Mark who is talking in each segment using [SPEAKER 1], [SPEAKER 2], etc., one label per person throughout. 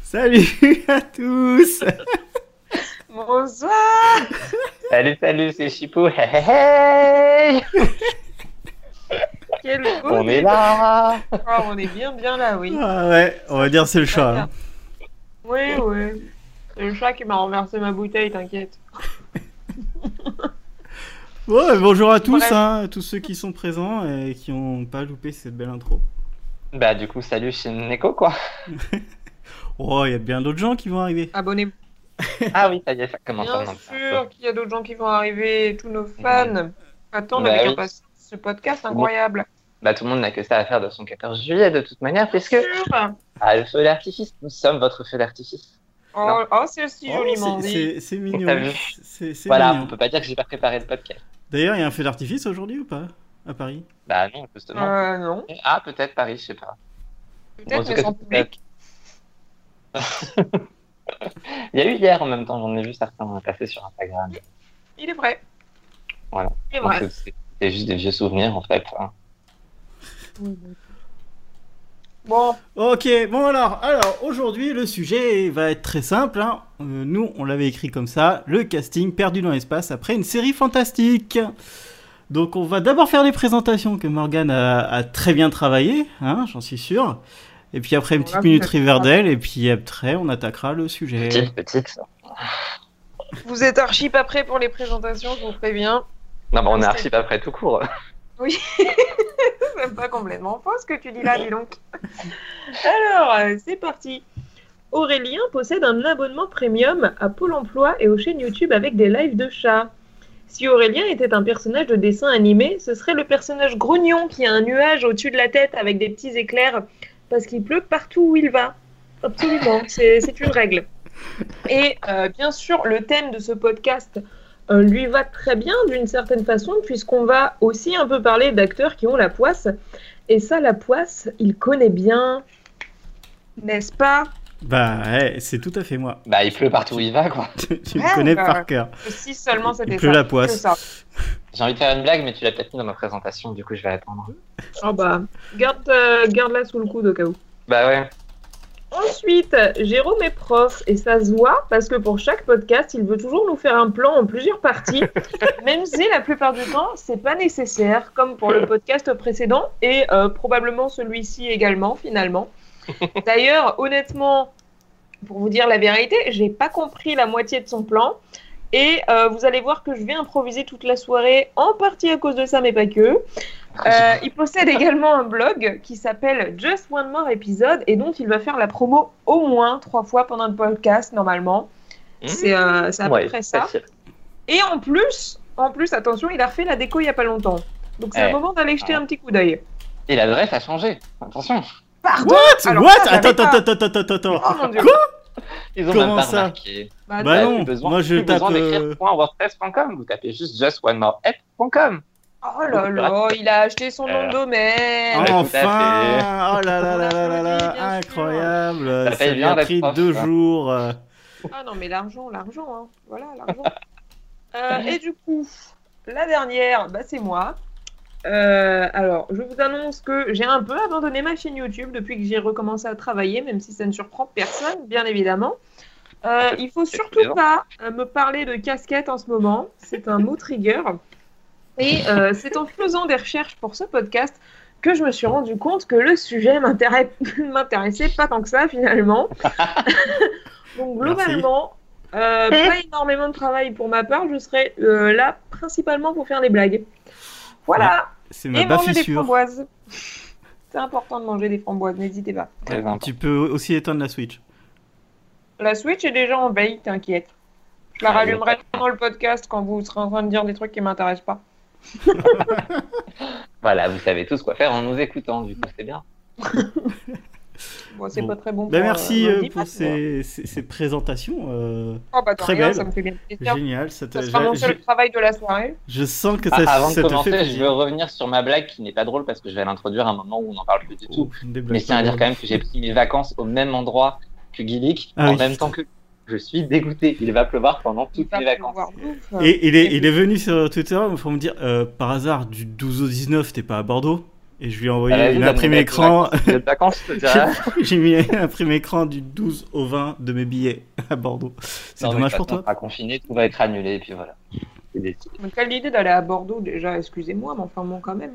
[SPEAKER 1] Salut à tous
[SPEAKER 2] Bonsoir
[SPEAKER 3] Salut, salut, c'est Chipou. Hey, hey, hey.
[SPEAKER 2] Quel beau
[SPEAKER 3] On est
[SPEAKER 2] début.
[SPEAKER 3] là.
[SPEAKER 2] Oh, on est bien bien là, oui.
[SPEAKER 1] Ah ouais, on va dire c'est le chat. hein.
[SPEAKER 2] Oui, oui. C'est le chat qui m'a renversé ma bouteille, t'inquiète.
[SPEAKER 1] Ouais, bonjour à tous,
[SPEAKER 2] Bref.
[SPEAKER 1] hein, à tous ceux qui sont présents et qui ont pas loupé cette belle intro.
[SPEAKER 3] Bah, du coup, salut Shineko, quoi.
[SPEAKER 1] Oh, il y a bien d'autres gens qui vont arriver.
[SPEAKER 2] Abonnez-vous.
[SPEAKER 3] Ah oui, ça y est, ça commence à
[SPEAKER 2] Bien
[SPEAKER 3] monter un
[SPEAKER 2] sûr qu'il y a d'autres gens qui vont arriver, tous nos fans attendent
[SPEAKER 3] Mmh. Bah
[SPEAKER 2] avec
[SPEAKER 3] oui.
[SPEAKER 2] impatience ce podcast incroyable.
[SPEAKER 3] peu. Bah, tout le monde n'a que ça à faire de son 14 juillet, de toute manière, puisque,
[SPEAKER 2] Sûr.
[SPEAKER 3] ah, le feu d'artifice, nous sommes votre feu d'artifice.
[SPEAKER 2] Oh, oh, c'est aussi
[SPEAKER 1] Oh,
[SPEAKER 2] joliment
[SPEAKER 1] c'est-
[SPEAKER 2] dit.
[SPEAKER 1] c'est- c'est
[SPEAKER 3] T'as
[SPEAKER 1] mignon.
[SPEAKER 3] vu
[SPEAKER 1] C'est c'est
[SPEAKER 3] Voilà,
[SPEAKER 1] mignon.
[SPEAKER 3] on peut pas dire que j'ai pas préparé le podcast.
[SPEAKER 1] D'ailleurs, il y a un feu d'artifice aujourd'hui ou pas À Paris
[SPEAKER 3] Bah, non, justement.
[SPEAKER 2] Euh, non.
[SPEAKER 3] Ah, peut-être Paris, je sais pas. Bon,
[SPEAKER 2] Peut-être
[SPEAKER 3] en tout
[SPEAKER 2] mais
[SPEAKER 3] cas,
[SPEAKER 2] sans public.
[SPEAKER 3] Il y a eu hier en même temps, j'en ai vu certains passer sur Instagram.
[SPEAKER 2] Il est vrai.
[SPEAKER 3] Voilà.
[SPEAKER 2] Il est
[SPEAKER 3] Donc,
[SPEAKER 2] vrai.
[SPEAKER 3] c'est- C'est juste des vieux souvenirs, en fait. hein.
[SPEAKER 1] Mmh.
[SPEAKER 2] Bon,
[SPEAKER 1] Ok, bon alors, alors aujourd'hui le sujet va être très simple. hein. Euh, nous, on l'avait écrit comme ça, le casting perdu dans l'espace après une série fantastique. Donc on va d'abord faire les présentations que Morgan a, a très bien travaillé, hein, j'en suis sûr. Et puis après une
[SPEAKER 2] Voilà,
[SPEAKER 1] petite minute
[SPEAKER 2] peut-être.
[SPEAKER 1] Riverdale, et puis après on attaquera le sujet.
[SPEAKER 3] Petite, petite.
[SPEAKER 2] vous êtes archi pas prêts pour les présentations, je vous préviens.
[SPEAKER 3] Non, bah, on est
[SPEAKER 2] Instant.
[SPEAKER 3] archive après tout court.
[SPEAKER 2] C'est même pas complètement faux ce que tu dis là, dis donc. Alors, euh, c'est parti. Aurélien possède un abonnement premium à Pôle emploi et aux chaînes YouTube avec des lives de chats. Si Aurélien était un personnage de dessin animé, ce serait le personnage grognon qui a un nuage au-dessus de la tête avec des petits éclairs parce qu'il pleut partout où il va. Absolument, c'est c'est une règle. Et euh, bien sûr, le thème de ce podcast euh, lui va très bien d'une certaine façon, puisqu'on va aussi un peu parler d'acteurs qui ont la poisse. Et ça, la poisse, il connaît bien. N'est-ce pas
[SPEAKER 1] Bah ouais, c'est tout à fait moi.
[SPEAKER 3] Bah, il pleut partout où il va, quoi.
[SPEAKER 1] tu tu me
[SPEAKER 2] Ouais,
[SPEAKER 1] connais
[SPEAKER 2] bah,
[SPEAKER 1] par cœur.
[SPEAKER 2] Si seulement
[SPEAKER 1] Il- il
[SPEAKER 2] c'était
[SPEAKER 1] pleut
[SPEAKER 2] ça.
[SPEAKER 1] la poisse.
[SPEAKER 2] que ça.
[SPEAKER 3] J'ai envie de faire une blague, mais tu l'as peut-être mis dans ma présentation, du coup je vais attendre.
[SPEAKER 2] Oh bah, garde, euh, garde-la sous le coude au cas où.
[SPEAKER 3] Bah ouais.
[SPEAKER 2] Ensuite, Jérôme est prof et ça se voit parce que pour chaque podcast, il veut toujours nous faire un plan en plusieurs parties, même si la plupart du temps, c'est pas nécessaire, comme pour le podcast précédent et euh, probablement celui-ci également finalement. D'ailleurs, honnêtement, pour vous dire la vérité, j'ai pas compris la moitié de son plan et euh, vous allez voir que je vais improviser toute la soirée, en partie à cause de ça, mais pas que. Euh, il possède également un blog qui s'appelle Just One More Episode et dont il va faire la promo au moins trois fois pendant le podcast normalement.
[SPEAKER 3] Mmh.
[SPEAKER 2] C'est euh, c'est à peu
[SPEAKER 3] Ouais,
[SPEAKER 2] près ça.
[SPEAKER 3] facile.
[SPEAKER 2] Et en plus, en plus, attention, il a refait la déco il y a pas longtemps. Donc c'est
[SPEAKER 3] Eh.
[SPEAKER 2] le moment d'aller jeter
[SPEAKER 3] Ah.
[SPEAKER 2] un petit coup d'œil.
[SPEAKER 3] Et l'adresse a changé. Attention.
[SPEAKER 2] Pardon
[SPEAKER 1] What
[SPEAKER 2] Alors,
[SPEAKER 1] What
[SPEAKER 2] ça, j'avais
[SPEAKER 1] Attends,
[SPEAKER 2] pas.
[SPEAKER 1] attends, attends, attends, attends, attends.
[SPEAKER 2] Oh mon dieu
[SPEAKER 3] Ils ont
[SPEAKER 1] Comment
[SPEAKER 3] même pas
[SPEAKER 1] ça
[SPEAKER 3] remarqué.
[SPEAKER 2] Bah,
[SPEAKER 1] Bah
[SPEAKER 3] Vous
[SPEAKER 1] non,
[SPEAKER 3] avez besoin,
[SPEAKER 1] moi, je
[SPEAKER 3] plus besoin
[SPEAKER 1] tape,
[SPEAKER 3] d'écrire
[SPEAKER 1] euh,
[SPEAKER 3] point .wordpress.com. Vous tapez juste justonemoreapp.com.
[SPEAKER 2] Oh là là, il a acheté son nom de
[SPEAKER 3] Euh.
[SPEAKER 2] domaine
[SPEAKER 1] Ah,
[SPEAKER 3] Ouais, tout à
[SPEAKER 1] Enfin Oh là là
[SPEAKER 2] On
[SPEAKER 1] là là là
[SPEAKER 2] applaudit,
[SPEAKER 1] là
[SPEAKER 2] bien
[SPEAKER 1] Incroyable
[SPEAKER 3] Ça
[SPEAKER 1] Ça
[SPEAKER 3] paye
[SPEAKER 1] lui
[SPEAKER 3] bien
[SPEAKER 1] a
[SPEAKER 3] d'être
[SPEAKER 1] pris
[SPEAKER 3] prof,
[SPEAKER 1] deux
[SPEAKER 3] ça.
[SPEAKER 1] jours euh.
[SPEAKER 2] Ah non, mais l'argent, l'argent, hein. voilà, l'argent. Euh, et du coup, la dernière, bah, c'est moi. Euh, alors, je vous annonce que j'ai un peu abandonné ma chaîne YouTube depuis que j'ai recommencé à travailler, même si ça ne surprend personne, bien évidemment. Euh, il faut
[SPEAKER 3] C'est
[SPEAKER 2] surtout
[SPEAKER 3] plaisant.
[SPEAKER 2] pas euh, me parler de casquette en ce moment, c'est un mot trigger. Et euh, c'est en faisant des recherches pour ce podcast que je me suis rendu compte que le sujet m'intéresse- m'intéressait pas tant que ça finalement. Donc globalement, euh, pas énormément de travail pour ma part, je serai euh, là principalement pour faire des blagues. Voilà,
[SPEAKER 1] C'est ma
[SPEAKER 2] et manger des
[SPEAKER 1] bafissure
[SPEAKER 2] framboises. C'est important de manger des framboises, n'hésitez pas.
[SPEAKER 3] Très important.
[SPEAKER 1] Tu peux aussi éteindre la Switch.
[SPEAKER 2] La Switch est déjà en veille, t'inquiète. Je la
[SPEAKER 3] Ah,
[SPEAKER 2] rallumerai
[SPEAKER 3] d'accord.
[SPEAKER 2] pendant le podcast quand vous serez en train de dire des trucs qui m'intéressent pas.
[SPEAKER 3] Voilà, vous savez tous quoi faire en nous écoutant, du coup, c'est bien.
[SPEAKER 2] Bon, c'est
[SPEAKER 1] Bon.
[SPEAKER 2] pas très bon.
[SPEAKER 1] Bah,
[SPEAKER 2] pour,
[SPEAKER 1] merci
[SPEAKER 2] euh,
[SPEAKER 1] euh,
[SPEAKER 2] nos
[SPEAKER 1] pour
[SPEAKER 2] dimanches, moi.
[SPEAKER 1] ces, ces- ces présentations. euh,
[SPEAKER 2] Oh, bah, de
[SPEAKER 1] Très
[SPEAKER 2] rien,
[SPEAKER 1] belle.
[SPEAKER 2] ça me fait bien plaisir.
[SPEAKER 1] Génial. Ça te-
[SPEAKER 2] Ça sera mon
[SPEAKER 1] je,
[SPEAKER 2] seul travail de la soirée.
[SPEAKER 1] je- je sens que ça,
[SPEAKER 3] Ah, avant de
[SPEAKER 1] ça te fait
[SPEAKER 3] commencer, je veux
[SPEAKER 1] plaisir.
[SPEAKER 3] revenir sur ma blague qui n'est pas drôle parce que je vais l'introduire à un moment où on n'en parle plus du tout.
[SPEAKER 1] Oh, des blagues
[SPEAKER 3] Mais je tiens à dire
[SPEAKER 1] pas
[SPEAKER 3] quand même que j'ai pris mes vacances au même endroit que Guilic,
[SPEAKER 1] Ah
[SPEAKER 3] en
[SPEAKER 1] oui.
[SPEAKER 3] même temps que je suis dégoûté. Il va pleuvoir pendant
[SPEAKER 2] Il
[SPEAKER 3] toutes
[SPEAKER 2] va
[SPEAKER 3] mes vacances.
[SPEAKER 2] pouvoir de ouf.
[SPEAKER 1] drôles. Et il est, il est venu sur Twitter pour me dire euh, par hasard du 12 au 19, t'es pas à Bordeaux Et je lui ai envoyé
[SPEAKER 3] Ah, vas-y,
[SPEAKER 1] une
[SPEAKER 3] donne-nous
[SPEAKER 1] imprimée
[SPEAKER 3] des
[SPEAKER 1] écran.
[SPEAKER 3] De vacances, tu diras.
[SPEAKER 1] J'ai mis un imprimé écran du 12 au 20 de mes billets à Bordeaux. C'est
[SPEAKER 3] Non, mais
[SPEAKER 1] dommage
[SPEAKER 3] de
[SPEAKER 1] pour
[SPEAKER 3] toute façon,
[SPEAKER 1] toi.
[SPEAKER 3] On sera confiné, tout va être annulé, et puis voilà. C'est des-
[SPEAKER 2] Mais quelle idée d'aller à Bordeaux déjà, excusez-moi, mais enfin bon quand
[SPEAKER 1] Ah
[SPEAKER 2] même.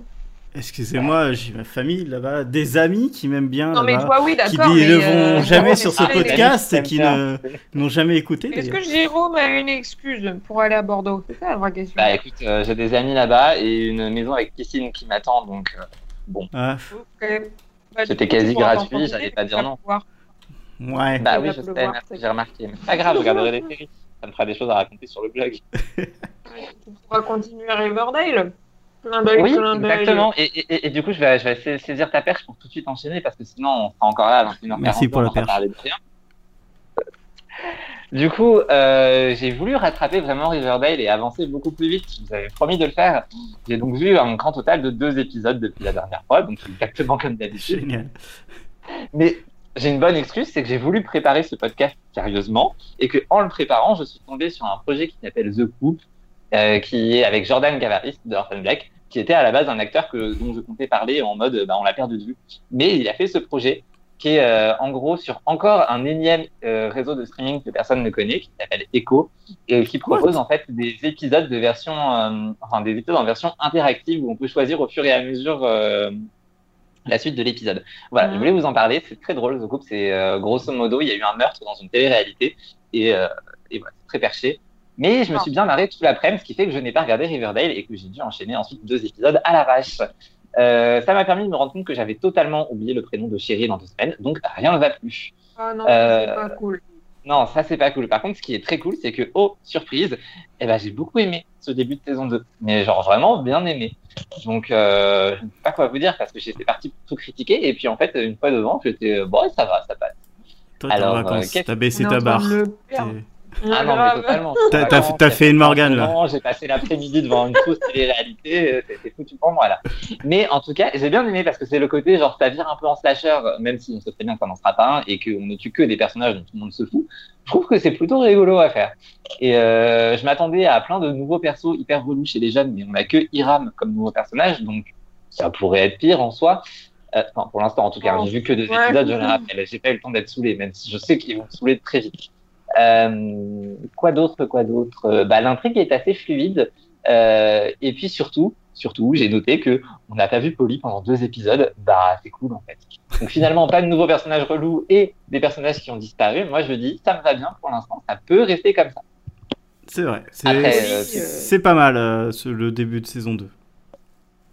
[SPEAKER 1] Excusez-moi, j'ai ma famille là-bas, des amis qui m'aiment bien
[SPEAKER 2] Non mais
[SPEAKER 1] là-bas,
[SPEAKER 2] toi oui
[SPEAKER 1] qui
[SPEAKER 2] d'accord.
[SPEAKER 1] dit-
[SPEAKER 2] mais,
[SPEAKER 1] ne
[SPEAKER 2] euh,
[SPEAKER 1] vont jamais
[SPEAKER 2] mais
[SPEAKER 1] sur ce
[SPEAKER 3] Ah,
[SPEAKER 2] est-ce que-
[SPEAKER 1] podcast et
[SPEAKER 3] J'aime
[SPEAKER 1] qui
[SPEAKER 3] bien.
[SPEAKER 1] ne- n'ont jamais écouté
[SPEAKER 2] Est-ce
[SPEAKER 1] d'ailleurs.
[SPEAKER 2] que Jérôme a une excuse pour aller à Bordeaux C'est ça la vraie question.
[SPEAKER 3] Bah écoute, euh, j'ai des amis là-bas et une maison avec piscine qui m'attend, donc euh,
[SPEAKER 1] Ah,
[SPEAKER 2] Ok. Bah, du
[SPEAKER 3] C'était
[SPEAKER 2] coup, tu
[SPEAKER 3] quasi
[SPEAKER 2] pourras t'en
[SPEAKER 3] gratuit,
[SPEAKER 2] profiter,
[SPEAKER 3] j'allais
[SPEAKER 2] tu
[SPEAKER 3] pas dire
[SPEAKER 2] vas
[SPEAKER 3] non.
[SPEAKER 2] pouvoir.
[SPEAKER 1] ouais.
[SPEAKER 3] bah
[SPEAKER 2] Il
[SPEAKER 3] oui,
[SPEAKER 2] va
[SPEAKER 3] je sais,
[SPEAKER 2] pleuvoir,
[SPEAKER 3] merci,
[SPEAKER 2] c'est
[SPEAKER 3] j'ai remarqué. Mais c'est pas grave, je regarderai les séries. Ça me fera des choses à raconter sur le blog.
[SPEAKER 2] Tu pourras continuer à Riverdale. Clin d'œil,
[SPEAKER 3] Oui,
[SPEAKER 2] clin d'œil.
[SPEAKER 3] exactement. Et, et- et- et du coup, je vais, je vais sais- saisir ta perche pour tout de suite enchaîner parce que sinon, on sera encore là à 21h40.
[SPEAKER 1] Merci pour la
[SPEAKER 3] on va
[SPEAKER 1] perche.
[SPEAKER 3] parler de rien. Du coup, euh, j'ai voulu rattraper vraiment Riverdale et avancer beaucoup plus vite. Je vous avais promis de le faire. J'ai donc vu un grand total de deux épisodes depuis la dernière fois, donc c'est exactement comme d'habitude.
[SPEAKER 1] Génial.
[SPEAKER 3] Mais j'ai une bonne excuse, c'est que j'ai voulu préparer ce podcast sérieusement et que en le préparant, je suis tombé sur un projet qui s'appelle The Coop, euh, qui est avec Jordan Gavaris de Orphan Black, qui était à la base un acteur que, dont je comptais parler en mode euh, bah, on l'a perdu de vue. Mais il a fait ce projet qui est euh, en gros sur encore un énième euh, réseau de streaming que personne ne connaît, qui s'appelle Echo, et qui propose en fait des épisodes de version, euh, enfin des épisodes en version interactive où on peut choisir au fur et à mesure euh, la suite de l'épisode. Voilà,
[SPEAKER 2] Mhm.
[SPEAKER 3] je voulais vous en parler, c'est très drôle, The Group, c'est euh, grosso modo, il y a eu un meurtre dans une télé-réalité, et, euh, et voilà, c'est très perché. Mais je me
[SPEAKER 2] Ah.
[SPEAKER 3] suis bien marré tout l'après-midi, ce qui fait que je n'ai pas regardé Riverdale et que j'ai dû enchaîner ensuite deux épisodes à l'arrache. Euh, ça m'a permis de me rendre compte que j'avais totalement oublié le prénom de Chérie dans deux semaines, donc rien ne va plus.
[SPEAKER 2] Ah non,
[SPEAKER 3] Euh,
[SPEAKER 2] c'est pas cool.
[SPEAKER 3] Non, ça c'est pas cool. Par contre, ce qui est très cool, c'est que, oh, surprise, eh ben, j'ai beaucoup aimé ce début de saison 2. Mais genre vraiment bien aimé. Donc, euh, je ne sais pas quoi vous dire parce que j'étais parti pour tout critiquer. Et puis en fait, une fois devant, j'étais, euh, bon, ça va, ça passe.
[SPEAKER 1] Toi, t'es en
[SPEAKER 3] Alors, euh,
[SPEAKER 1] vacances,
[SPEAKER 3] qu'est-ce-
[SPEAKER 1] t'as baissé
[SPEAKER 2] On est
[SPEAKER 1] ta
[SPEAKER 2] en train
[SPEAKER 1] barre.
[SPEAKER 2] de le
[SPEAKER 1] T'es-
[SPEAKER 2] perdre.
[SPEAKER 3] Ah non, mais
[SPEAKER 2] Grave.
[SPEAKER 3] totalement.
[SPEAKER 1] T'as- t'as-
[SPEAKER 3] Vraiment,
[SPEAKER 1] t'as
[SPEAKER 3] c'est-
[SPEAKER 1] fait une Morgane, là.
[SPEAKER 3] Non, j'ai passé l'après-midi devant une fausse télé-réalité, euh, c'était foutu pour moi là. Mais en tout cas, j'ai bien aimé parce que c'est le côté genre ça vire un peu en slasher, même si on sait très bien qu'on n'en sera pas un et qu'on ne tue que des personnages dont tout le monde se fout. Je trouve que c'est plutôt rigolo à faire. Et euh, je m'attendais à plein de nouveaux persos hyper relous chez les jeunes, mais on n'a que Hiram comme nouveau personnage, donc ça pourrait être pire en soi. Euh, Enfin, pour l'instant, en tout cas,
[SPEAKER 2] Oh,
[SPEAKER 3] j'ai vu que deux
[SPEAKER 2] ouais.
[SPEAKER 3] épisodes, je le rappelle. J'ai pas eu le temps d'être saoulé, même si je sais qu'ils vont me saouler très vite. Euh, quoi d'autre, quoi d'autre Euh, bah, L'intrigue est assez fluide. Euh, et puis surtout, surtout, j'ai noté que on n'a pas vu Polly pendant deux épisodes. Bah, c'est cool en fait. Donc finalement, pas de nouveaux personnages relous et des personnages qui ont disparu. Moi, je dis, ça me va bien pour l'instant. Ça peut rester comme ça.
[SPEAKER 1] C'est vrai.
[SPEAKER 3] Après,
[SPEAKER 1] C'est
[SPEAKER 3] euh,
[SPEAKER 1] c'est pas mal euh, ce- le début de saison 2.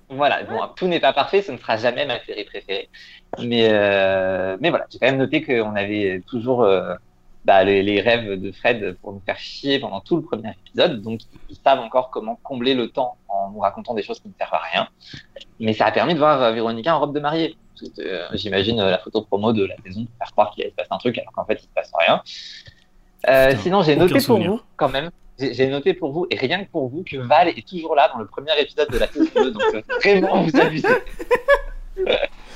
[SPEAKER 3] Voilà, bon, tout n'est pas parfait, ce ne sera jamais ma série préférée. Mais, euh, mais voilà, j'ai quand même noté qu'on avait toujours euh, bah, les, les rêves de Fred pour nous faire chier pendant tout le premier épisode. Donc, ils savent encore comment combler le temps en nous racontant des choses qui ne servent à rien. Mais ça a permis de voir euh, Véronica en robe de mariée. Parce que, euh, J'imagine euh, la photo promo de la saison pour faire croire qu'il allait se passer un truc alors qu'en fait, il ne se passe rien. Euh,
[SPEAKER 1] Putain,
[SPEAKER 3] sinon, j'ai
[SPEAKER 1] aucun
[SPEAKER 3] noté pour
[SPEAKER 1] souvenir.
[SPEAKER 3] vous, quand même, j'ai j'ai noté pour vous, et rien que pour vous, que Val est toujours là dans le premier épisode de la saison 2. Donc, euh, vraiment, vous abusez.
[SPEAKER 1] Ah,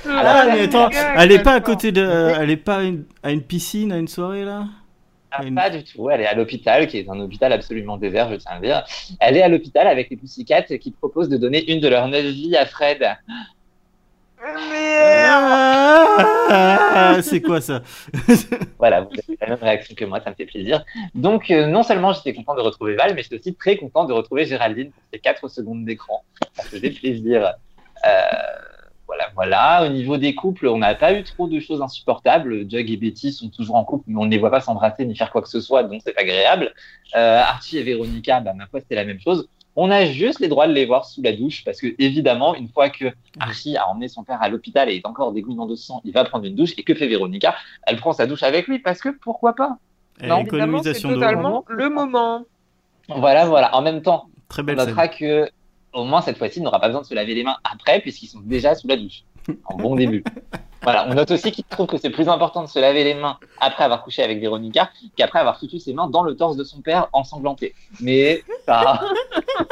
[SPEAKER 3] Ah,
[SPEAKER 1] mais
[SPEAKER 3] la
[SPEAKER 1] attends,
[SPEAKER 2] gars,
[SPEAKER 1] elle est pas à
[SPEAKER 2] d'accord.
[SPEAKER 1] côté de. euh, Elle est pas à une, à une piscine, à une soirée là
[SPEAKER 3] Ah,
[SPEAKER 1] Une-
[SPEAKER 3] Pas du tout. Elle est à l'hôpital, qui est un hôpital absolument désert, je tiens à le dire. Elle est à l'hôpital avec les Pussycats qui proposent de donner une de leurs neuf vies à Fred.
[SPEAKER 2] Mais euh,
[SPEAKER 1] Ah, C'est quoi ça
[SPEAKER 3] Voilà, vous avez la même réaction que moi, ça me fait plaisir. Donc, euh, non seulement j'étais content de retrouver Val, mais j'étais aussi très content de retrouver Géraldine pour ces 4 secondes d'écran. Ça faisait plaisir. Euh, voilà, voilà. Au niveau des couples, on n'a pas eu trop de choses insupportables. Jug et Betty sont toujours en couple, mais on ne les voit pas s'embrasser ni faire quoi que ce soit, donc c'est agréable. Euh, Archie et Véronica, bah, ma foi, c'était la même chose. On a juste les droits de les voir sous la douche, parce que évidemment, une fois que Archie a emmené son père à l'hôpital et est encore dégoulinant de sang, il va prendre une douche. Et que fait Véronica elle prend sa douche avec lui parce que pourquoi pas
[SPEAKER 1] Eh,
[SPEAKER 3] Non,
[SPEAKER 2] évidemment, c'est
[SPEAKER 1] Économisation d'eau.
[SPEAKER 2] totalement le moment.
[SPEAKER 3] Voilà, voilà. En même temps,
[SPEAKER 1] Très
[SPEAKER 3] on
[SPEAKER 1] belle scène.
[SPEAKER 3] notera que au moins cette fois-ci, il n'aura pas besoin de se laver les mains après puisqu'ils sont déjà sous la douche. En bon début. Voilà, on note aussi qu'il trouve que c'est plus important de se laver les mains après avoir couché avec Véronica qu'après avoir foutu ses mains dans le torse de son père ensanglanté. Mais
[SPEAKER 1] Ah,
[SPEAKER 3] ça,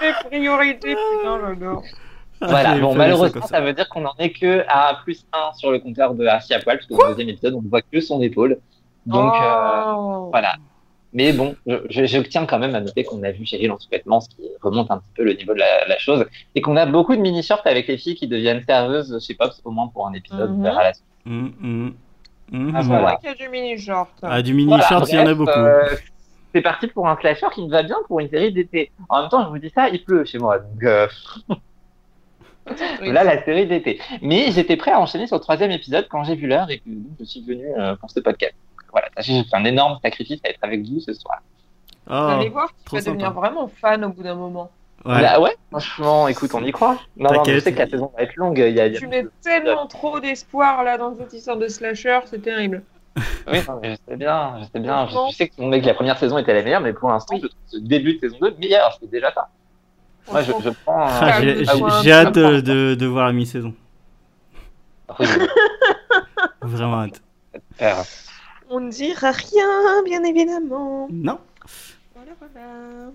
[SPEAKER 2] C'est priorité, putain, j'adore.
[SPEAKER 1] Ah,
[SPEAKER 3] voilà.
[SPEAKER 1] j'ai
[SPEAKER 3] Bon,
[SPEAKER 1] fallu
[SPEAKER 3] malheureusement,
[SPEAKER 1] comme
[SPEAKER 3] ça veut dire qu'on en est que à plus 1 sur le compteur de Archie à poil, parce que dans le deuxième épisode, on ne voit que son épaule. Donc, euh,
[SPEAKER 2] Oh.
[SPEAKER 3] Voilà. Mais bon, je, je- je tiens quand même à noter qu'on a vu Cheryl en sous-vêtements, ce qui remonte un petit peu le niveau de la, la chose, et qu'on a beaucoup de mini-shorts avec les filles qui deviennent serveuses chez Pops au moins pour un épisode.
[SPEAKER 2] Mhm.
[SPEAKER 3] on verra la suite.
[SPEAKER 1] Hum, hum. Hum,
[SPEAKER 3] Ah,
[SPEAKER 1] hum.
[SPEAKER 3] voilà.
[SPEAKER 2] qu'il y a du mini-short.
[SPEAKER 1] Ah, du mini
[SPEAKER 3] Voilà,
[SPEAKER 1] short, il y en a
[SPEAKER 3] bref,
[SPEAKER 1] beaucoup.
[SPEAKER 3] euh, c'est parti pour un slasher qui me va bien pour une série d'été. En même temps, je vous dis ça, il pleut chez moi. Donc, euh,
[SPEAKER 2] Oui.
[SPEAKER 3] Là, la série d'été. Mais j'étais prêt à enchaîner sur le troisième épisode quand j'ai vu l'heure et que donc, je suis venu euh, pour ce podcast. Voilà, j'ai fait un énorme sacrifice à être avec vous ce soir.
[SPEAKER 2] Vous
[SPEAKER 1] Ah,
[SPEAKER 2] allez voir, tu
[SPEAKER 1] trop
[SPEAKER 2] vas devenir
[SPEAKER 1] sympa.
[SPEAKER 2] vraiment fan au bout d'un moment.
[SPEAKER 1] ouais.
[SPEAKER 3] Bah ouais, franchement, écoute, on y croit. Non, non, je
[SPEAKER 1] T'inquiète.
[SPEAKER 3] sais que la saison va être longue. Il y a, il y a-
[SPEAKER 2] Tu mets tellement trop d'espoir là dans cette histoire de slasher, c'est terrible.
[SPEAKER 3] Oui,
[SPEAKER 1] Ah
[SPEAKER 3] non, mais je sais bien, je sais bien. Je, je sais que tout le monde dit que la première saison était la meilleure, mais pour l'instant, je trouve ce début de saison 2 meilleur. C'est déjà ça. Moi, je, je prends. euh,
[SPEAKER 1] Ah, j'ai-
[SPEAKER 3] ah oui.
[SPEAKER 1] j'ai- J'ai hâte euh, de, de voir la mi-saison. Vraiment hâte.
[SPEAKER 2] On ne dira rien, bien évidemment.
[SPEAKER 1] Non
[SPEAKER 2] Voilà, voilà.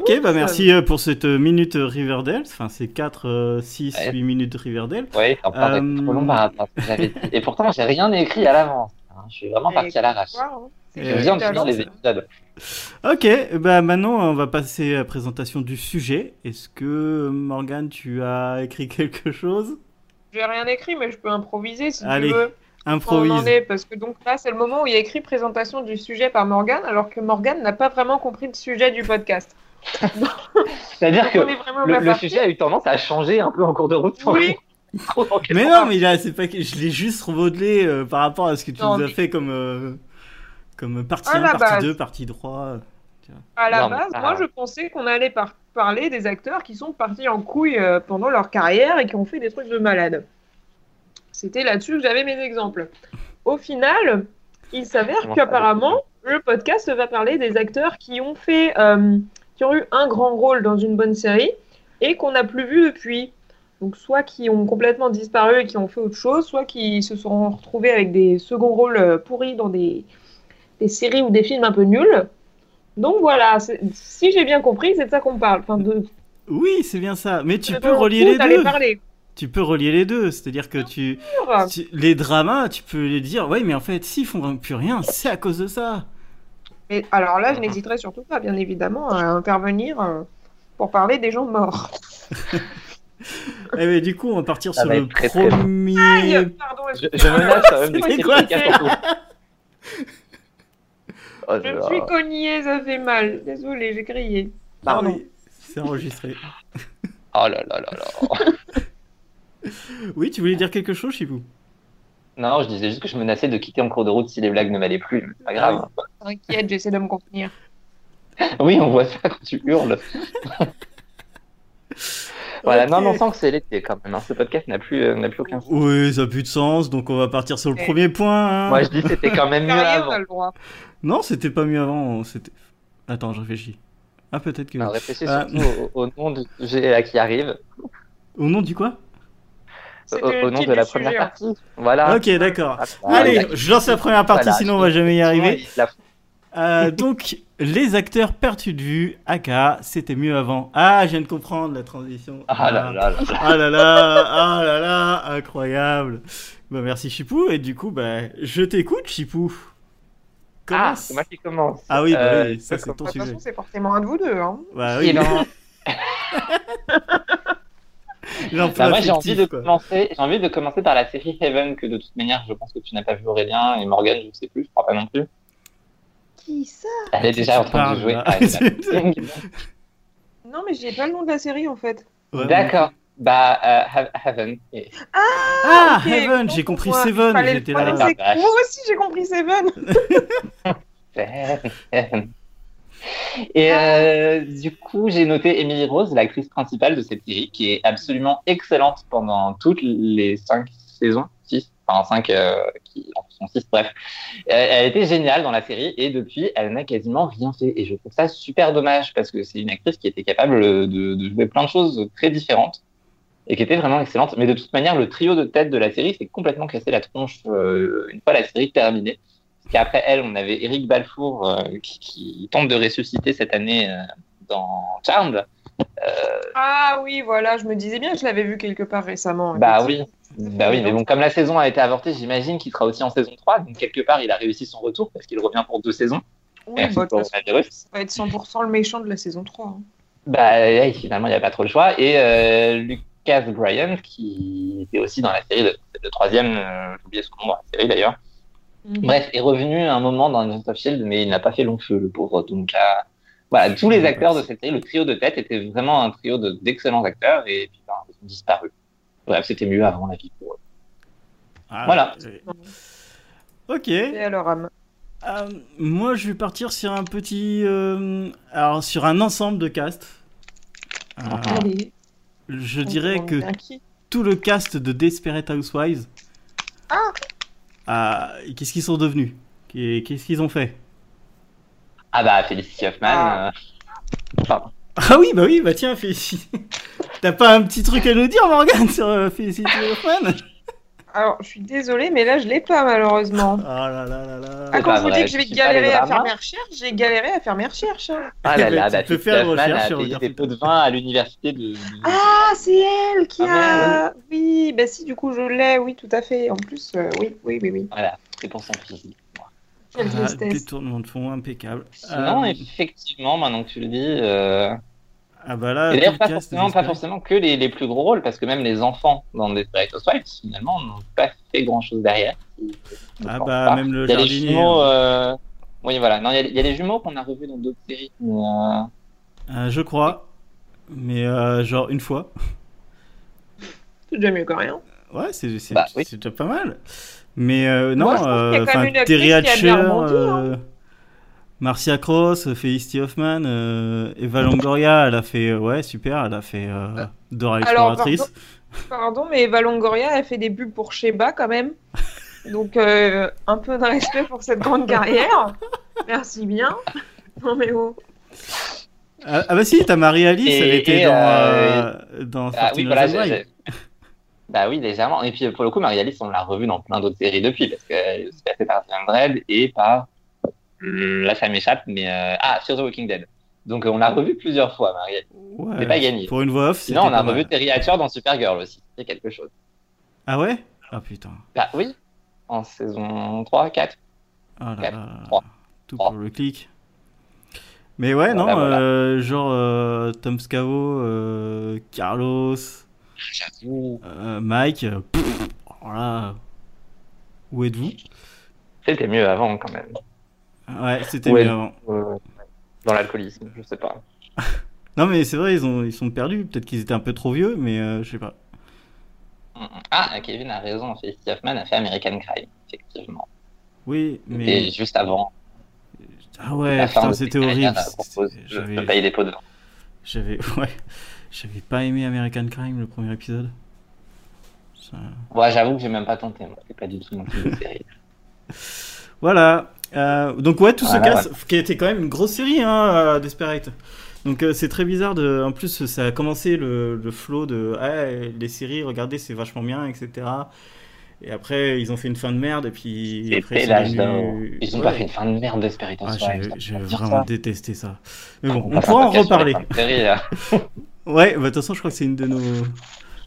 [SPEAKER 1] Ok, bah merci euh, pour cette euh, minute euh, Riverdale. Enfin, c'est 4, euh, 6,
[SPEAKER 3] Ouais.
[SPEAKER 1] 8 minutes Riverdale.
[SPEAKER 3] Oui, c'est encore
[SPEAKER 1] Euh,
[SPEAKER 3] trop long par rapport à ce que j'avais dit. Et pourtant, j'ai rien écrit à l'avance. hein. Je suis vraiment
[SPEAKER 2] Et
[SPEAKER 3] parti à l'arrache.
[SPEAKER 2] Wow, hein. C'est
[SPEAKER 1] Et
[SPEAKER 3] Je
[SPEAKER 2] du
[SPEAKER 3] viens de
[SPEAKER 2] talent,
[SPEAKER 3] finir les
[SPEAKER 2] ça.
[SPEAKER 3] épisodes.
[SPEAKER 1] Ok, bah maintenant on va passer à la présentation du sujet. Est-ce que Morgan, tu as écrit quelque chose
[SPEAKER 2] J'ai rien écrit, mais je peux improviser si
[SPEAKER 1] Allez,
[SPEAKER 2] tu veux. On en
[SPEAKER 1] Improvise.
[SPEAKER 2] est parce que donc là, c'est le moment où il y a écrit présentation du sujet par Morgane, alors que Morgane n'a pas vraiment compris le sujet du podcast.
[SPEAKER 3] C'est-à-dire que
[SPEAKER 2] On est vraiment
[SPEAKER 3] le,
[SPEAKER 2] pas
[SPEAKER 3] le
[SPEAKER 2] parti.
[SPEAKER 3] sujet a eu tendance à changer un peu en cours de route.
[SPEAKER 2] Oui.
[SPEAKER 3] Trop dans quel
[SPEAKER 1] Mais
[SPEAKER 3] sens.
[SPEAKER 1] non, mais là, c'est pas que je l'ai juste remodelé euh, par rapport à ce que tu
[SPEAKER 2] Non,
[SPEAKER 1] nous as
[SPEAKER 2] mais-
[SPEAKER 1] fait comme, euh, comme partie
[SPEAKER 2] À
[SPEAKER 1] 1,
[SPEAKER 2] la
[SPEAKER 1] partie
[SPEAKER 2] base.
[SPEAKER 1] 2, partie 3.
[SPEAKER 2] À la
[SPEAKER 3] Non, mais
[SPEAKER 2] base,
[SPEAKER 3] ça-
[SPEAKER 2] moi, je pensais qu'on allait par- parler des acteurs qui sont partis en couille euh, pendant leur carrière et qui ont fait des trucs de malade. C'était là-dessus que j'avais mes exemples. Au final, il s'avère
[SPEAKER 3] Comment ça,
[SPEAKER 2] qu'apparemment, le podcast va parler des acteurs qui ont fait, euh, qui ont eu un grand rôle dans une bonne série et qu'on n'a plus vu depuis. Donc, soit qui ont complètement disparu et qui ont fait autre chose, soit qui se sont retrouvés avec des seconds rôles euh, pourris dans des, des séries ou des films un peu nuls. Donc voilà, c'est- si j'ai bien compris, c'est de ça qu'on parle. Enfin, de,
[SPEAKER 1] Oui, c'est bien ça. Mais tu
[SPEAKER 2] de-
[SPEAKER 1] peux
[SPEAKER 2] de-
[SPEAKER 1] relier
[SPEAKER 2] où
[SPEAKER 1] les
[SPEAKER 2] Euh, t'allais
[SPEAKER 1] deux.
[SPEAKER 2] parler.
[SPEAKER 1] Tu peux relier les deux. C'est-à-dire que tu,
[SPEAKER 2] Sûr.
[SPEAKER 1] tu- les dramas, tu peux les dire. Ouais, mais en fait, s'ils font plus rien, c'est à cause de ça.
[SPEAKER 2] Mais alors
[SPEAKER 3] Ah.
[SPEAKER 2] là, je n'hésiterai surtout pas, bien évidemment, à intervenir euh, pour parler des gens morts.
[SPEAKER 1] Eh ben, du coup, on va partir
[SPEAKER 3] Ça
[SPEAKER 1] sur
[SPEAKER 3] va
[SPEAKER 1] le
[SPEAKER 3] être très, très long.
[SPEAKER 1] premier.
[SPEAKER 2] Aïe, pardon,
[SPEAKER 3] Je,
[SPEAKER 2] excuse-
[SPEAKER 3] je menace quand même de
[SPEAKER 1] C'est
[SPEAKER 3] quitter le
[SPEAKER 1] quoi,
[SPEAKER 3] podcast
[SPEAKER 1] ça
[SPEAKER 3] en cours. Oh,
[SPEAKER 2] je me
[SPEAKER 3] là.
[SPEAKER 2] suis cognée, ça fait mal. Désolée, j'ai crié.
[SPEAKER 1] Ah
[SPEAKER 3] Pardon.
[SPEAKER 1] oui, c'est enregistré.
[SPEAKER 3] Oh là là là là.
[SPEAKER 1] Oui, tu voulais dire quelque chose, chez vous
[SPEAKER 3] Non, non, je disais juste que je menaçais de quitter en cours de route si les blagues ne m'allaient plus. mais C'est
[SPEAKER 1] Ah
[SPEAKER 3] pas grave.
[SPEAKER 2] T'inquiète, j'essaie de me contenir.
[SPEAKER 3] Oui, on voit ça quand tu hurles. Voilà, non, non, on sent que c'est l'été quand même. hein. Ce podcast n'a plus, euh, n'a plus aucun sens.
[SPEAKER 1] Oui, ça n'a plus de sens, donc on va partir sur le
[SPEAKER 2] Eh.
[SPEAKER 1] premier point. hein.
[SPEAKER 3] Moi, je dis c'était quand même mieux
[SPEAKER 2] Sérieux, t'as
[SPEAKER 3] avant.
[SPEAKER 2] le droit.
[SPEAKER 1] Non, c'était pas mieux avant. C'était. Attends, je réfléchis. Ah, peut-être que.
[SPEAKER 3] Non, réfléchis
[SPEAKER 1] Ah.
[SPEAKER 3] surtout au, au nom du sujet là, qui arrive,
[SPEAKER 1] Au nom du quoi
[SPEAKER 3] au,
[SPEAKER 2] C'était
[SPEAKER 3] au
[SPEAKER 2] le
[SPEAKER 3] nom
[SPEAKER 2] titre
[SPEAKER 3] de la
[SPEAKER 2] du
[SPEAKER 3] première
[SPEAKER 2] sujet, en fait.
[SPEAKER 3] partie. Voilà.
[SPEAKER 1] Ok, d'accord.
[SPEAKER 3] Ah,
[SPEAKER 1] Allez,
[SPEAKER 3] voilà.
[SPEAKER 1] je lance la première partie,
[SPEAKER 3] Voilà,
[SPEAKER 1] sinon on va jamais y arriver.
[SPEAKER 3] La-
[SPEAKER 1] Euh, donc, les acteurs perdus de vue, aka, c'était mieux avant. Ah, je viens de comprendre la transition.
[SPEAKER 3] Ah là là là.
[SPEAKER 1] Ah là là, ah là là, incroyable. Bah, merci Chipou, et du coup, bah, je t'écoute Chipou.
[SPEAKER 3] Ah,
[SPEAKER 1] Commence.
[SPEAKER 3] c'est moi qui commence.
[SPEAKER 1] Ah oui, bah
[SPEAKER 3] Euh,
[SPEAKER 1] oui, ça
[SPEAKER 3] je
[SPEAKER 1] c'est ton
[SPEAKER 2] De toute
[SPEAKER 1] sujet.
[SPEAKER 2] façon, c'est forcément un de vous deux. Hein.
[SPEAKER 1] Bah
[SPEAKER 3] Et ben,
[SPEAKER 1] oui,
[SPEAKER 3] non. Bah,
[SPEAKER 1] l'emploi
[SPEAKER 3] moi, j'ai envie
[SPEAKER 1] fictif,
[SPEAKER 3] de
[SPEAKER 1] quoi.
[SPEAKER 3] commencer. J'ai envie de commencer par la série Heaven que de toute manière, je pense que tu n'as pas vu Aurélien et Morgan, je ne sais plus, je crois pas non plus.
[SPEAKER 2] Qui ça
[SPEAKER 3] Elle est déjà en
[SPEAKER 1] Tu
[SPEAKER 3] train de
[SPEAKER 1] parles,
[SPEAKER 3] jouer.
[SPEAKER 1] là.
[SPEAKER 3] Ah, elle est là.
[SPEAKER 2] Non, mais j'ai pas le nom de la série en fait.
[SPEAKER 1] Ouais,
[SPEAKER 3] D'accord. Bah, euh, Heaven- Heaven. Et-
[SPEAKER 1] Ah,
[SPEAKER 2] Ok,
[SPEAKER 1] Heaven,
[SPEAKER 2] autant
[SPEAKER 1] j'ai
[SPEAKER 2] pour
[SPEAKER 1] compris
[SPEAKER 2] moi. Il
[SPEAKER 1] Seven,
[SPEAKER 2] fallait le
[SPEAKER 1] j'étais
[SPEAKER 2] prendre,
[SPEAKER 1] là.
[SPEAKER 3] Ah,
[SPEAKER 2] c'est-
[SPEAKER 3] vache.
[SPEAKER 2] Moi aussi, j'ai compris Seven.
[SPEAKER 3] Et euh, du coup, j'ai noté Emily Rose, l'actrice principale de cette série, qui est absolument excellente pendant toutes les cinq saisons, six, enfin cinq, euh, qui en sont six, bref. Elle, elle était géniale dans la série et depuis, elle n'a quasiment rien fait. Et je trouve ça super dommage parce que c'est une actrice qui était capable de, de jouer plein de choses très différentes et qui était vraiment excellente. Mais de toute manière, le trio de tête de la série s'est complètement cassé la tronche euh, une fois la série terminée. Parce qu'après elle, on avait Eric Balfour euh, qui, qui tente de ressusciter cette année euh, dans Charmed.
[SPEAKER 2] Ah oui, voilà, je me disais bien que je l'avais vu quelque part récemment. hein.
[SPEAKER 3] Bah oui. Bah oui, mais bon, comme la saison a été avortée, j'imagine qu'il sera aussi en saison 3. Donc, quelque part, il a réussi son retour parce qu'il revient pour deux saisons.
[SPEAKER 2] Oui, bah, de toute
[SPEAKER 3] Bon,
[SPEAKER 2] façon,
[SPEAKER 3] la virus.
[SPEAKER 2] ça va être 100% le méchant de la saison 3. hein.
[SPEAKER 3] Bah, hey, finalement, il n'y a pas trop le choix. Et euh, Lucas Bryan, qui était aussi dans la série, le, le troisième, euh, j'ai oublié son nom dans la série d'ailleurs.
[SPEAKER 2] Mhm.
[SPEAKER 3] Bref, est revenu un moment dans Agents of Shield, E mais il n'a pas fait long feu, le pauvre. Donc, là, voilà, tous les acteurs de cette série, le trio de tête était vraiment un trio de- d'excellents acteurs, et puis, ben, ils ont disparu. Bref, c'était mieux avant la vie pour eux.
[SPEAKER 1] Ah,
[SPEAKER 3] Voilà.
[SPEAKER 1] euh, Ok.
[SPEAKER 2] Et alors, Am
[SPEAKER 1] Euh, moi, je vais partir sur un petit. euh, alors, sur un ensemble de cast. Euh,
[SPEAKER 2] Allez,
[SPEAKER 1] je
[SPEAKER 2] on-
[SPEAKER 1] dirais
[SPEAKER 2] on
[SPEAKER 1] que
[SPEAKER 2] est inquiet.
[SPEAKER 1] tout le cast de Desperate Housewives.
[SPEAKER 2] Ah.
[SPEAKER 1] euh, Qu'est-ce qu'ils sont devenus Qu'est- Qu'est-ce qu'ils ont fait
[SPEAKER 3] Ah bah, Felicity Hoffman.
[SPEAKER 2] Ah.
[SPEAKER 3] euh, Pardon.
[SPEAKER 1] Ah oui, bah oui, bah tiens, Félicie. T'as pas un petit truc à nous dire, Morgane, sur euh, Felicity Hoffman
[SPEAKER 2] Alors, je suis désolée, mais là, je l'ai pas, malheureusement.
[SPEAKER 1] Ah là là là là.
[SPEAKER 2] Ah,
[SPEAKER 3] C'est
[SPEAKER 2] quand
[SPEAKER 3] pas
[SPEAKER 2] je vous
[SPEAKER 3] vrai,
[SPEAKER 2] dis que je vais
[SPEAKER 3] tu sais pas les
[SPEAKER 2] galérer à
[SPEAKER 3] dramas
[SPEAKER 2] faire mes recherches, j'ai galéré à faire mes recherches. hein.
[SPEAKER 3] Ah
[SPEAKER 1] Eh
[SPEAKER 3] là
[SPEAKER 1] ben,
[SPEAKER 3] là,
[SPEAKER 1] tu
[SPEAKER 3] bah,
[SPEAKER 1] peux
[SPEAKER 3] Felicity
[SPEAKER 1] faire une
[SPEAKER 3] Huffman
[SPEAKER 1] recherche
[SPEAKER 3] a
[SPEAKER 1] sur
[SPEAKER 3] payé des
[SPEAKER 1] Garfield.
[SPEAKER 3] pots de vin à l'université de... de-
[SPEAKER 2] Ah, c'est elle qui
[SPEAKER 3] Ah,
[SPEAKER 2] a. Oui, bah si, du coup, je l'ai, oui, tout à fait. En plus, euh, oui, oui, oui, oui.
[SPEAKER 3] Voilà, c'est pour son physique.
[SPEAKER 2] Quelle
[SPEAKER 1] Ah,
[SPEAKER 2] tristesse.
[SPEAKER 1] détournement de fond impeccable.
[SPEAKER 3] Sinon,
[SPEAKER 1] Euh,
[SPEAKER 3] effectivement, maintenant que tu le dis, euh,
[SPEAKER 1] Ah bah là,
[SPEAKER 3] et
[SPEAKER 1] tout
[SPEAKER 3] d'ailleurs,
[SPEAKER 1] le
[SPEAKER 3] pas,
[SPEAKER 1] cast
[SPEAKER 3] forcément,
[SPEAKER 1] de
[SPEAKER 3] pas
[SPEAKER 1] Desperate-
[SPEAKER 3] forcément que les, les plus gros rôles, parce que même les enfants dans Desperate Housewives, finalement, n'ont pas fait grand chose derrière. Je
[SPEAKER 1] Ah
[SPEAKER 3] pense
[SPEAKER 1] bah,
[SPEAKER 3] pas.
[SPEAKER 1] même le
[SPEAKER 3] Il y a les
[SPEAKER 1] jardinier. hein.
[SPEAKER 3] jumeaux. euh, Oui, voilà. Non, il y a- il y, a les jumeaux qu'on a revus dans d'autres séries. mais, euh,
[SPEAKER 1] Euh, je crois. Mais euh, genre une fois.
[SPEAKER 2] C'est déjà mieux que rien.
[SPEAKER 1] Ouais, c'est c'est-
[SPEAKER 3] Bah, oui.
[SPEAKER 1] c'est déjà pas mal. Mais euh, non,
[SPEAKER 2] je pense qu'il y a
[SPEAKER 1] euh,
[SPEAKER 2] quand même
[SPEAKER 1] enfin,
[SPEAKER 2] une actrice
[SPEAKER 1] Terry
[SPEAKER 2] qui a bien
[SPEAKER 1] Hatcher,
[SPEAKER 2] rebondi, hein.
[SPEAKER 1] euh, Marcia Cross, euh, Felicity Hoffman, euh, Eva Longoria, elle a fait. euh, ouais, super, elle a fait euh,
[SPEAKER 3] Ah.
[SPEAKER 1] Dora
[SPEAKER 2] Alors,
[SPEAKER 1] l'exploratrice.
[SPEAKER 2] pardon. Pardon, mais Eva Longoria, elle fait des bulles pour Sheba quand même. Donc, euh, un peu de respect pour cette grande carrière. Merci bien. Non, mais oh.
[SPEAKER 1] Ah, ah bah si, t'as Marie-Alice,
[SPEAKER 3] Et-
[SPEAKER 1] elle était
[SPEAKER 3] et,
[SPEAKER 1] dans,
[SPEAKER 3] euh,
[SPEAKER 1] euh, dans
[SPEAKER 3] Ah oui,
[SPEAKER 1] Fortune
[SPEAKER 3] voilà.
[SPEAKER 1] Husband
[SPEAKER 3] j'ai-
[SPEAKER 1] Wife.
[SPEAKER 3] j'ai- bah oui, légèrement. Et puis, pour le coup, Marie-Alice, on l'a revue dans plein d'autres séries depuis, parce qu'elle est aussi passée par The Undead et par. Hum, Là, ça m'échappe, mais. euh, Ah, sur The Walking Dead. Donc, on l'a revue plusieurs fois, Marie-Alice.
[SPEAKER 1] Ouais,
[SPEAKER 3] C'est pas gagné.
[SPEAKER 1] Pour une voix off,
[SPEAKER 3] Sinon, on
[SPEAKER 1] c'était
[SPEAKER 3] a
[SPEAKER 1] pas mal.
[SPEAKER 3] revu Terry Hatcher dans Supergirl aussi. C'est quelque chose.
[SPEAKER 1] Ah ouais Ah putain.
[SPEAKER 3] Bah oui, en saison 3, 4.
[SPEAKER 1] Ah là
[SPEAKER 3] Quatre,
[SPEAKER 1] là là là.
[SPEAKER 3] trois,
[SPEAKER 1] Tout
[SPEAKER 3] trois.
[SPEAKER 1] pour le clic. Mais ouais,
[SPEAKER 3] Voilà,
[SPEAKER 1] non,
[SPEAKER 3] voilà.
[SPEAKER 1] euh, genre euh, Tom Scavo, euh, Carlos,
[SPEAKER 3] Ah,
[SPEAKER 1] euh, Mike, euh, pff, voilà. Où êtes-vous
[SPEAKER 3] C'était mieux avant quand même.
[SPEAKER 1] Ouais, c'était
[SPEAKER 3] Ouais.
[SPEAKER 1] mieux avant.
[SPEAKER 3] Euh, dans l'alcoolisme, je sais pas.
[SPEAKER 1] Non, mais c'est vrai, ils, ont, ils sont perdus. Peut-être qu'ils étaient un peu trop vieux, mais euh, je sais pas.
[SPEAKER 3] Mm, mm. Ah, Kevin a raison, Felicity Hoffman a fait American Crime, effectivement.
[SPEAKER 1] Oui,
[SPEAKER 3] Et
[SPEAKER 1] mais.
[SPEAKER 3] juste avant,
[SPEAKER 1] Ah ouais,
[SPEAKER 3] la fin
[SPEAKER 1] putain,
[SPEAKER 3] de
[SPEAKER 1] c'était
[SPEAKER 3] Big Bang,
[SPEAKER 1] horrible.
[SPEAKER 3] elle propose
[SPEAKER 1] C'était-
[SPEAKER 3] de- de
[SPEAKER 1] J'avais.
[SPEAKER 3] payer des pots de vin.
[SPEAKER 1] J'avais. Ouais. J'avais pas aimé American Crime, le premier épisode. Ça-
[SPEAKER 3] Ouais, j'avoue que j'ai même pas tenté, moi. C'est pas du tout mon type de série.
[SPEAKER 1] Voilà. Euh, donc ouais, tout se
[SPEAKER 3] Voilà,
[SPEAKER 1] casse, qui était quand même une grosse série, hein, euh, Desperate. Donc euh, c'est très bizarre. De... En plus, ça a commencé le, le flow de Ah, les séries, regardez, c'est vachement bien, etc. Et après, ils ont fait une fin de merde, et puis après,
[SPEAKER 3] C'était
[SPEAKER 1] sont
[SPEAKER 3] l'âge d'or.
[SPEAKER 1] devenus-
[SPEAKER 3] Ils ont
[SPEAKER 1] Ouais.
[SPEAKER 3] pas fait une fin de merde d'Espérance.
[SPEAKER 1] Ah, j'ai- j'ai vraiment détesté ça. Mais bon, on,
[SPEAKER 3] va
[SPEAKER 1] pourra en reparler.
[SPEAKER 3] Série, là.
[SPEAKER 1] Ouais, bah, de toute façon, je crois que c'est une de nos,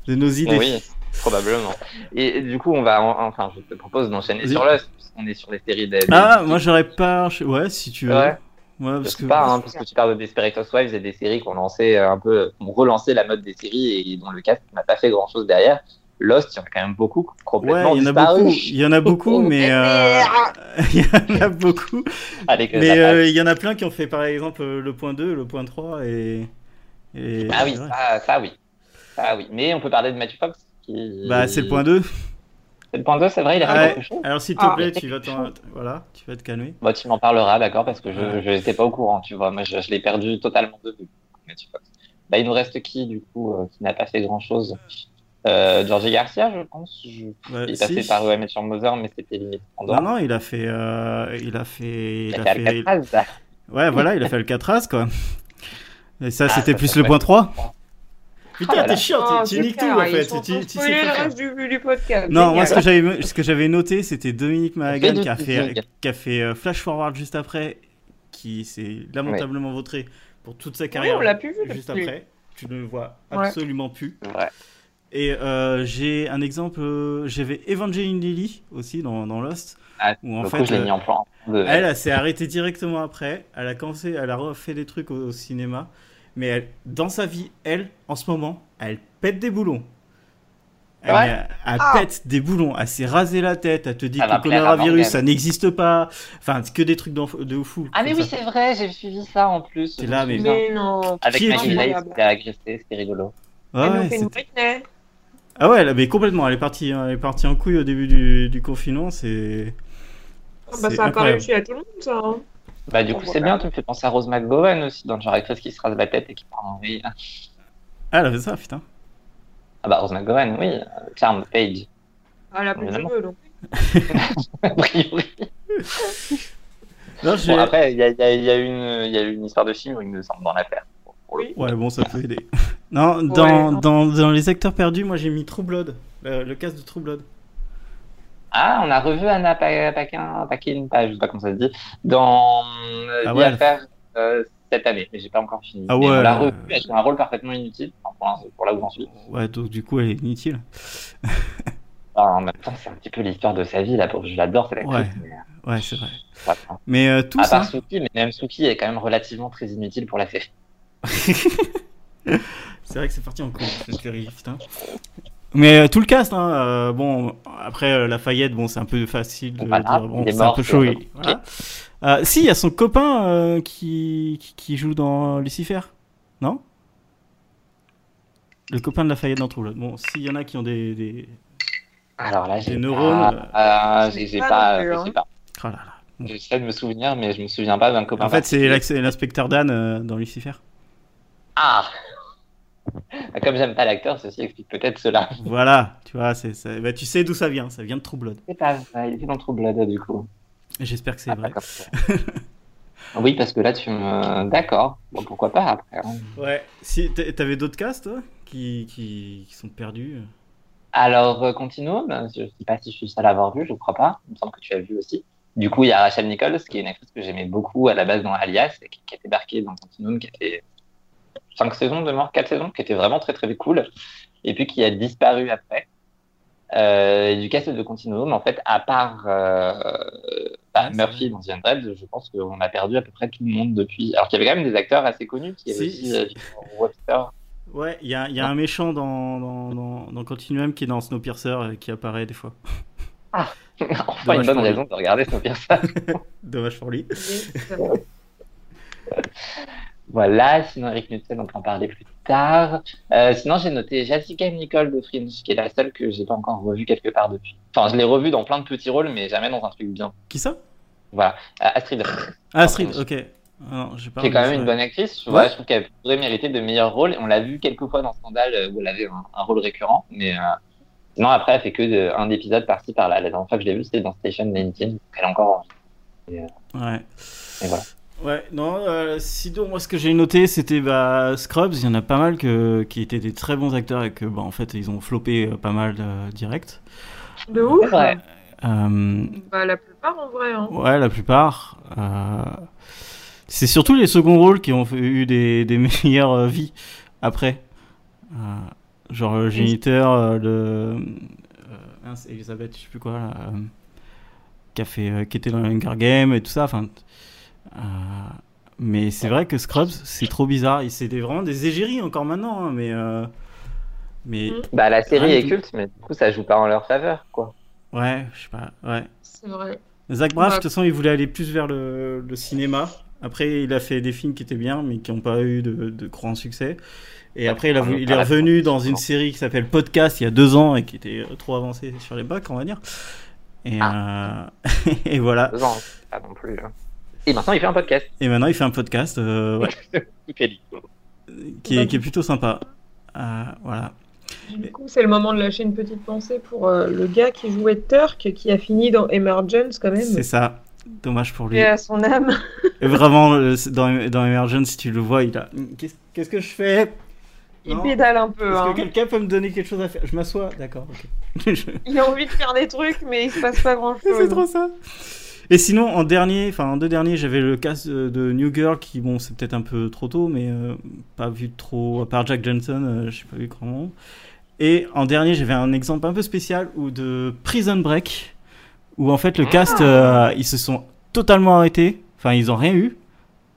[SPEAKER 1] de nos idées.
[SPEAKER 3] Oui, probablement. Et du coup, on va, en- enfin, je te propose d'enchaîner
[SPEAKER 1] Vas-y.
[SPEAKER 3] sur Lost, puisqu'on est sur les séries des.
[SPEAKER 1] Ah,
[SPEAKER 3] des-
[SPEAKER 1] moi j'aurais pas. Ouais, si tu veux.
[SPEAKER 3] Ouais.
[SPEAKER 1] Ouais, parce
[SPEAKER 3] je sais
[SPEAKER 1] que.
[SPEAKER 3] pas, hein, parce que tu parles de Desperate Housewives et des séries qu'on lançait euh, un peu, ont relancé la mode des séries et dont le cast n'a pas fait grand chose derrière. Lost, il y en a quand même beaucoup qui ont
[SPEAKER 1] Ouais,
[SPEAKER 3] complètement
[SPEAKER 1] il y en a
[SPEAKER 3] disparu.
[SPEAKER 1] beaucoup. Il y en a
[SPEAKER 2] Oh,
[SPEAKER 1] beaucoup, mais euh,
[SPEAKER 2] ah,
[SPEAKER 1] il y en a beaucoup.
[SPEAKER 3] Avec, euh,
[SPEAKER 1] Mais
[SPEAKER 3] la-
[SPEAKER 1] euh, il y en a plein qui ont fait par exemple euh, le point 2, le point 3 et. et-
[SPEAKER 3] ah oui,
[SPEAKER 1] ouais.
[SPEAKER 3] ça, ça oui, ça oui. Mais on peut parler de Matthew Fox. Qui...
[SPEAKER 1] Bah c'est le point 2.
[SPEAKER 3] C'est le point 2, c'est vrai, il a fait
[SPEAKER 1] Ouais.
[SPEAKER 3] quelque chose.
[SPEAKER 1] Alors s'il te
[SPEAKER 2] Ah.
[SPEAKER 1] plaît, tu vas t'en- voilà, tu vas te calmer.
[SPEAKER 3] Bah, tu m'en parleras, d'accord, parce que
[SPEAKER 1] Ouais.
[SPEAKER 3] je n'étais pas au courant, tu vois. Moi, je, je l'ai perdu totalement de vue. Mais tu vois. Bah, il nous reste qui, du coup, euh, qui n'a pas fait grand-chose euh, Georgie Garcia, je pense. Je-
[SPEAKER 1] Bah,
[SPEAKER 3] Il est
[SPEAKER 1] si.
[SPEAKER 3] passé par OM sur Mother, mais c'était limite
[SPEAKER 1] Non
[SPEAKER 3] pendant.
[SPEAKER 1] non, il a fait, euh, il a fait,
[SPEAKER 3] Il
[SPEAKER 1] il
[SPEAKER 3] a
[SPEAKER 1] a
[SPEAKER 3] fait
[SPEAKER 1] fait,
[SPEAKER 3] Alcatraz, ça.
[SPEAKER 1] ouais voilà, il a fait Alcatraz quoi. Et ça
[SPEAKER 3] Ah,
[SPEAKER 1] c'était
[SPEAKER 3] ça,
[SPEAKER 1] plus
[SPEAKER 3] ça,
[SPEAKER 1] le
[SPEAKER 3] ouais.
[SPEAKER 1] point 3
[SPEAKER 3] Ah
[SPEAKER 1] Putain,
[SPEAKER 3] là là.
[SPEAKER 1] t'es chiant,
[SPEAKER 2] Oh,
[SPEAKER 1] tu- tu
[SPEAKER 2] c'est
[SPEAKER 1] niques tout
[SPEAKER 2] clair,
[SPEAKER 1] en
[SPEAKER 2] ils
[SPEAKER 1] fait.
[SPEAKER 2] sont en
[SPEAKER 1] Tu-
[SPEAKER 2] train de
[SPEAKER 1] tu sais
[SPEAKER 2] spoiler
[SPEAKER 1] pas
[SPEAKER 2] le
[SPEAKER 1] faire.
[SPEAKER 2] reste du, du podcast.
[SPEAKER 1] Non, moi ce que
[SPEAKER 2] Génial.
[SPEAKER 1] j'avais ce que j'avais noté, c'était Dominique Mahagan
[SPEAKER 3] du
[SPEAKER 1] qui a fait
[SPEAKER 3] teasing.
[SPEAKER 1] qui a fait euh, flash forward juste après qui s'est lamentablement vautré pour toute sa
[SPEAKER 2] Oui,
[SPEAKER 1] carrière
[SPEAKER 2] on l'a plus vu
[SPEAKER 1] juste
[SPEAKER 2] depuis.
[SPEAKER 1] après. Tu ne le vois
[SPEAKER 2] Ouais.
[SPEAKER 1] absolument plus.
[SPEAKER 3] Ouais.
[SPEAKER 1] Et euh, j'ai un exemple, euh, j'avais Evangeline Lilly aussi dans, dans Lost,
[SPEAKER 3] Ah,
[SPEAKER 1] où en
[SPEAKER 3] du
[SPEAKER 1] fait,
[SPEAKER 3] coup, je l'ai
[SPEAKER 1] euh,
[SPEAKER 3] mis en plan. de-
[SPEAKER 1] elle, elle s'est arrêtée directement après. Elle a commencé, elle a refait des trucs au, au cinéma, mais elle, dans sa vie, elle, en ce moment, elle pète des boulons. Elle,
[SPEAKER 3] Ouais.
[SPEAKER 1] elle- elle
[SPEAKER 2] Ah.
[SPEAKER 1] pète des boulons, elle s'est rasée la tête, elle te dit
[SPEAKER 3] Ça
[SPEAKER 1] que le
[SPEAKER 3] va plaire à
[SPEAKER 1] coronavirus,
[SPEAKER 3] Morgane.
[SPEAKER 1] ça n'existe pas. Enfin, c'est que des trucs d'enf- de fou.
[SPEAKER 3] Ah, mais
[SPEAKER 1] comme
[SPEAKER 3] oui,
[SPEAKER 1] ça.
[SPEAKER 3] c'est vrai, j'ai suivi ça en plus.
[SPEAKER 1] T'es là,
[SPEAKER 3] Je me
[SPEAKER 1] mais-
[SPEAKER 3] souviens.
[SPEAKER 2] Mais non.
[SPEAKER 3] Avec
[SPEAKER 1] Qui est
[SPEAKER 3] Maggie
[SPEAKER 1] tu
[SPEAKER 3] Grace, c'était agressé, c'était rigolo.
[SPEAKER 1] Ouais,
[SPEAKER 2] Elle nous
[SPEAKER 1] Ah, ouais,
[SPEAKER 2] fait
[SPEAKER 1] c'était-
[SPEAKER 2] une Britney.
[SPEAKER 1] Ah ouais, elle- mais complètement, elle est partie, hein, elle est partie en couille au début du, du confinement, c'est...
[SPEAKER 2] Ah, bah,
[SPEAKER 1] c'est
[SPEAKER 2] ça a pas
[SPEAKER 1] incroyable.
[SPEAKER 2] réussi à tout le monde, ça. hein.
[SPEAKER 3] Bah, du
[SPEAKER 2] Bon,
[SPEAKER 3] coup, c'est
[SPEAKER 2] voilà.
[SPEAKER 3] bien, tu me fais penser à Rose McGowan aussi, dans le genre actrice qui se rase la tête et qui prend un rire.
[SPEAKER 1] Ah, elle avait ça, putain.
[SPEAKER 3] Ah, bah, Rose McGowan, oui. Charm Page,
[SPEAKER 2] Ah, elle a plus de
[SPEAKER 3] Évidemment.
[SPEAKER 2] cheveux, donc.
[SPEAKER 3] a priori.
[SPEAKER 1] Non, j'ai-
[SPEAKER 3] Bon, après, il y a, il y a- il y a une- il y a une histoire de film, il me semble, dans l'affaire.
[SPEAKER 2] Oui.
[SPEAKER 1] Ouais, bon, ça peut aider. Non, dans,
[SPEAKER 2] non.
[SPEAKER 1] Dans, dans les acteurs perdus, moi j'ai mis True Blood, le, le cast de True Blood.
[SPEAKER 3] Ah, on a revu Anna Pa- Paquin, Paquin, pas, je sais pas comment ça se dit, dans euh,
[SPEAKER 1] Ah
[SPEAKER 3] The
[SPEAKER 1] ouais.
[SPEAKER 3] Affair, euh, cette année, mais j'ai pas encore fini.
[SPEAKER 1] Ah
[SPEAKER 3] Mais
[SPEAKER 1] ouais.
[SPEAKER 3] On l'a revu, elle fait un rôle parfaitement inutile, enfin, pour, l'instant, pour là où j'en suis.
[SPEAKER 1] Ouais, donc du coup elle est inutile.
[SPEAKER 3] Enfin, en même temps, c'est un petit peu l'histoire de sa vie, là, pour je l'adore, cette actrice. mais, euh,
[SPEAKER 1] Ouais, c'est vrai.
[SPEAKER 3] voilà.
[SPEAKER 1] Mais euh, tous,
[SPEAKER 3] À part
[SPEAKER 1] hein.
[SPEAKER 3] Suki, mais même Suki est quand même relativement très inutile pour la série.
[SPEAKER 1] C'est vrai que c'est parti en couille, cette série, putain. Mais euh, tout le cast, hein, euh, bon, après euh, Lafayette, bon, c'est un peu facile de
[SPEAKER 3] Voilà,
[SPEAKER 1] dire, bon,
[SPEAKER 3] il est
[SPEAKER 1] c'est un
[SPEAKER 3] mort,
[SPEAKER 1] peu
[SPEAKER 3] c'est
[SPEAKER 1] chaud.
[SPEAKER 3] un peu
[SPEAKER 1] il-
[SPEAKER 3] compliqué.
[SPEAKER 1] voilà. Euh, si, il y a son copain euh, qui, qui, qui joue dans Lucifer, non Le copain de Lafayette dans True Blood. Bon, s'il y en a qui ont des... des...
[SPEAKER 3] Alors là, j'ai
[SPEAKER 1] Les
[SPEAKER 3] pas,
[SPEAKER 1] neurones,
[SPEAKER 3] euh, j'ai- j'ai
[SPEAKER 2] pas
[SPEAKER 3] pas,
[SPEAKER 2] non plus,
[SPEAKER 3] je
[SPEAKER 2] hein.
[SPEAKER 3] sais pas.
[SPEAKER 1] Oh là là. Bon.
[SPEAKER 3] J'essaie de me souvenir, mais je me souviens pas d'un copain.
[SPEAKER 1] En fait, c'est
[SPEAKER 3] particulier.
[SPEAKER 1] l'ac- c'est l'inspecteur Dan euh, dans Lucifer.
[SPEAKER 3] Ah. Comme j'aime pas l'acteur, ceci explique peut-être cela.
[SPEAKER 1] Voilà, tu vois, c'est, ça- bah, tu sais d'où ça vient, ça vient de True Blood.
[SPEAKER 3] C'est pas vrai, il était dans True Blood du coup.
[SPEAKER 1] Et J'espère que c'est
[SPEAKER 3] Ah,
[SPEAKER 1] vrai.
[SPEAKER 3] d'accord. oui, parce que là, tu me. D'accord. Bon, pourquoi pas après. hein.
[SPEAKER 1] Ouais. Si t'a- t'avais d'autres castes toi, qui, qui, qui sont perdus.
[SPEAKER 3] Alors, euh, Continuum, je sais pas si je suis seul à l'avoir vu, je crois pas. Il me semble que tu as vu aussi. Du coup, il y a Rachel Nichols, qui est une actrice que j'aimais beaucoup à la base dans Alias, et qui, qui a débarqué dans Continuum, qui a fait 5 saisons de mort, 4 saisons, qui était vraiment très très cool, et puis qui a disparu après. Euh, et du cast de Continuum, en fait, à part euh, bah,
[SPEAKER 1] Ouais, Ah, c'est
[SPEAKER 3] Murphy dans The Undead, je pense qu'on a perdu à peu près tout le monde depuis. Alors qu'il y avait quand même des acteurs assez connus, qui avaient
[SPEAKER 1] Si,
[SPEAKER 3] aussi
[SPEAKER 1] si.
[SPEAKER 3] euh, Victor Webster.
[SPEAKER 1] Ouais, il y a, il y a un méchant dans, dans, dans, dans Continuum qui est dans Snowpiercer euh, qui apparaît des fois.
[SPEAKER 3] enfin,
[SPEAKER 1] Dommage
[SPEAKER 3] une bonne
[SPEAKER 1] pour lui.
[SPEAKER 3] raison de regarder Snowpiercer.
[SPEAKER 1] Dommage pour lui.
[SPEAKER 3] Voilà, sinon Eric Knudsen, on peut en parler plus tard. Euh, sinon, j'ai noté Jessica Nicole de Fringe, qui est la seule que j'ai pas encore revue quelque part depuis. Enfin, je l'ai revue dans plein de petits rôles, mais jamais dans un truc bien.
[SPEAKER 1] Qui ça
[SPEAKER 3] Voilà, Euh, Astrid,
[SPEAKER 1] Ah, Astrid, ok. Ah non, j'ai pas.
[SPEAKER 3] qui est quand même
[SPEAKER 1] remarqué,
[SPEAKER 3] une
[SPEAKER 1] ouais.
[SPEAKER 3] bonne actrice, je, vois,
[SPEAKER 1] Ouais.
[SPEAKER 3] je trouve qu'elle pourrait mériter de meilleurs rôles. On l'a vu quelques fois dans Scandale euh, où elle avait un, un rôle récurrent, mais euh, sinon après, elle fait que de- un épisode par-ci par-là. La dernière fois que je l'ai vue, c'était dans Station 19, donc elle est encore
[SPEAKER 1] Ouais.
[SPEAKER 3] Et voilà.
[SPEAKER 1] Ouais, non, euh, sinon, moi, ce que j'ai noté, c'était bah, Scrubs. Il y en a pas mal que, qui étaient des très bons acteurs et que, bah, en fait, ils ont flopé euh, pas mal euh, direct.
[SPEAKER 2] De ouf. hein.
[SPEAKER 3] Ouais.
[SPEAKER 1] Euh,
[SPEAKER 2] Bah, la plupart, en vrai. Hein.
[SPEAKER 1] Ouais, la plupart. Euh, C'est surtout les seconds rôles qui ont fait- eu des, des meilleures euh, vies après. Euh, genre le géniteur, euh, le. euh, mince, Elisabeth, je sais plus quoi, là, euh, qui, a fait, euh, qui était dans Hunger Game et tout ça. Enfin, euh, mais c'est vrai que Scrubs, c'est trop bizarre. Et C'est des- vraiment des égéries encore maintenant. hein, mais. euh, mais.
[SPEAKER 2] Mm.
[SPEAKER 3] Bah, la série
[SPEAKER 1] Rien
[SPEAKER 3] est
[SPEAKER 1] du
[SPEAKER 3] culte, mais du coup, ça joue pas en leur faveur, quoi.
[SPEAKER 1] Ouais, je sais pas. Ouais.
[SPEAKER 2] C'est vrai.
[SPEAKER 1] Zach Braff, de
[SPEAKER 2] Ouais.
[SPEAKER 1] toute façon, il voulait aller plus vers le, le cinéma. Après, il a fait des films qui étaient bien, mais qui n'ont pas eu de, de grand succès. Et après, il, a voulu- il est revenu dans une série qui s'appelle Podcast il y a deux ans et qui était euh, trop avancée sur les bacs, on va dire. Et, euh, et voilà.
[SPEAKER 3] Deux ans, c'est pas non plus. hein. Et maintenant, il fait un podcast.
[SPEAKER 1] Et maintenant, il fait un podcast euh, ouais, qui, est, qui est plutôt sympa. Euh, voilà.
[SPEAKER 2] Du coup, c'est le moment de lâcher une petite pensée pour euh, le gars qui jouait Turk, qui a fini dans Emergence, quand même.
[SPEAKER 1] C'est ça. Dommage pour lui.
[SPEAKER 2] Et à son âme.
[SPEAKER 1] Et Vraiment, euh, c'est- dans, dans Emergence, si tu le vois, il a. Qu'est-ce qu'est-ce que je fais
[SPEAKER 2] Il
[SPEAKER 1] Non.
[SPEAKER 2] pédale un peu.
[SPEAKER 1] Est-ce
[SPEAKER 2] hein.
[SPEAKER 1] que quelqu'un peut me donner quelque chose à faire Je m'assois, d'accord. ok. Je-
[SPEAKER 2] Il a envie de faire des trucs, mais il se passe pas grand-chose.
[SPEAKER 1] c'est trop ça. Et sinon, en dernier, enfin en deux derniers, j'avais le cas euh, de New Girl qui, bon, c'est peut-être un peu trop tôt, mais euh, pas vu trop, à part Jack Johnson, euh, je sais pas vu grand monde. Et en dernier, j'avais un exemple un peu spécial ou de Prison Break, où en fait le cast, euh, ils se sont totalement arrêtés. Enfin, ils ont rien eu.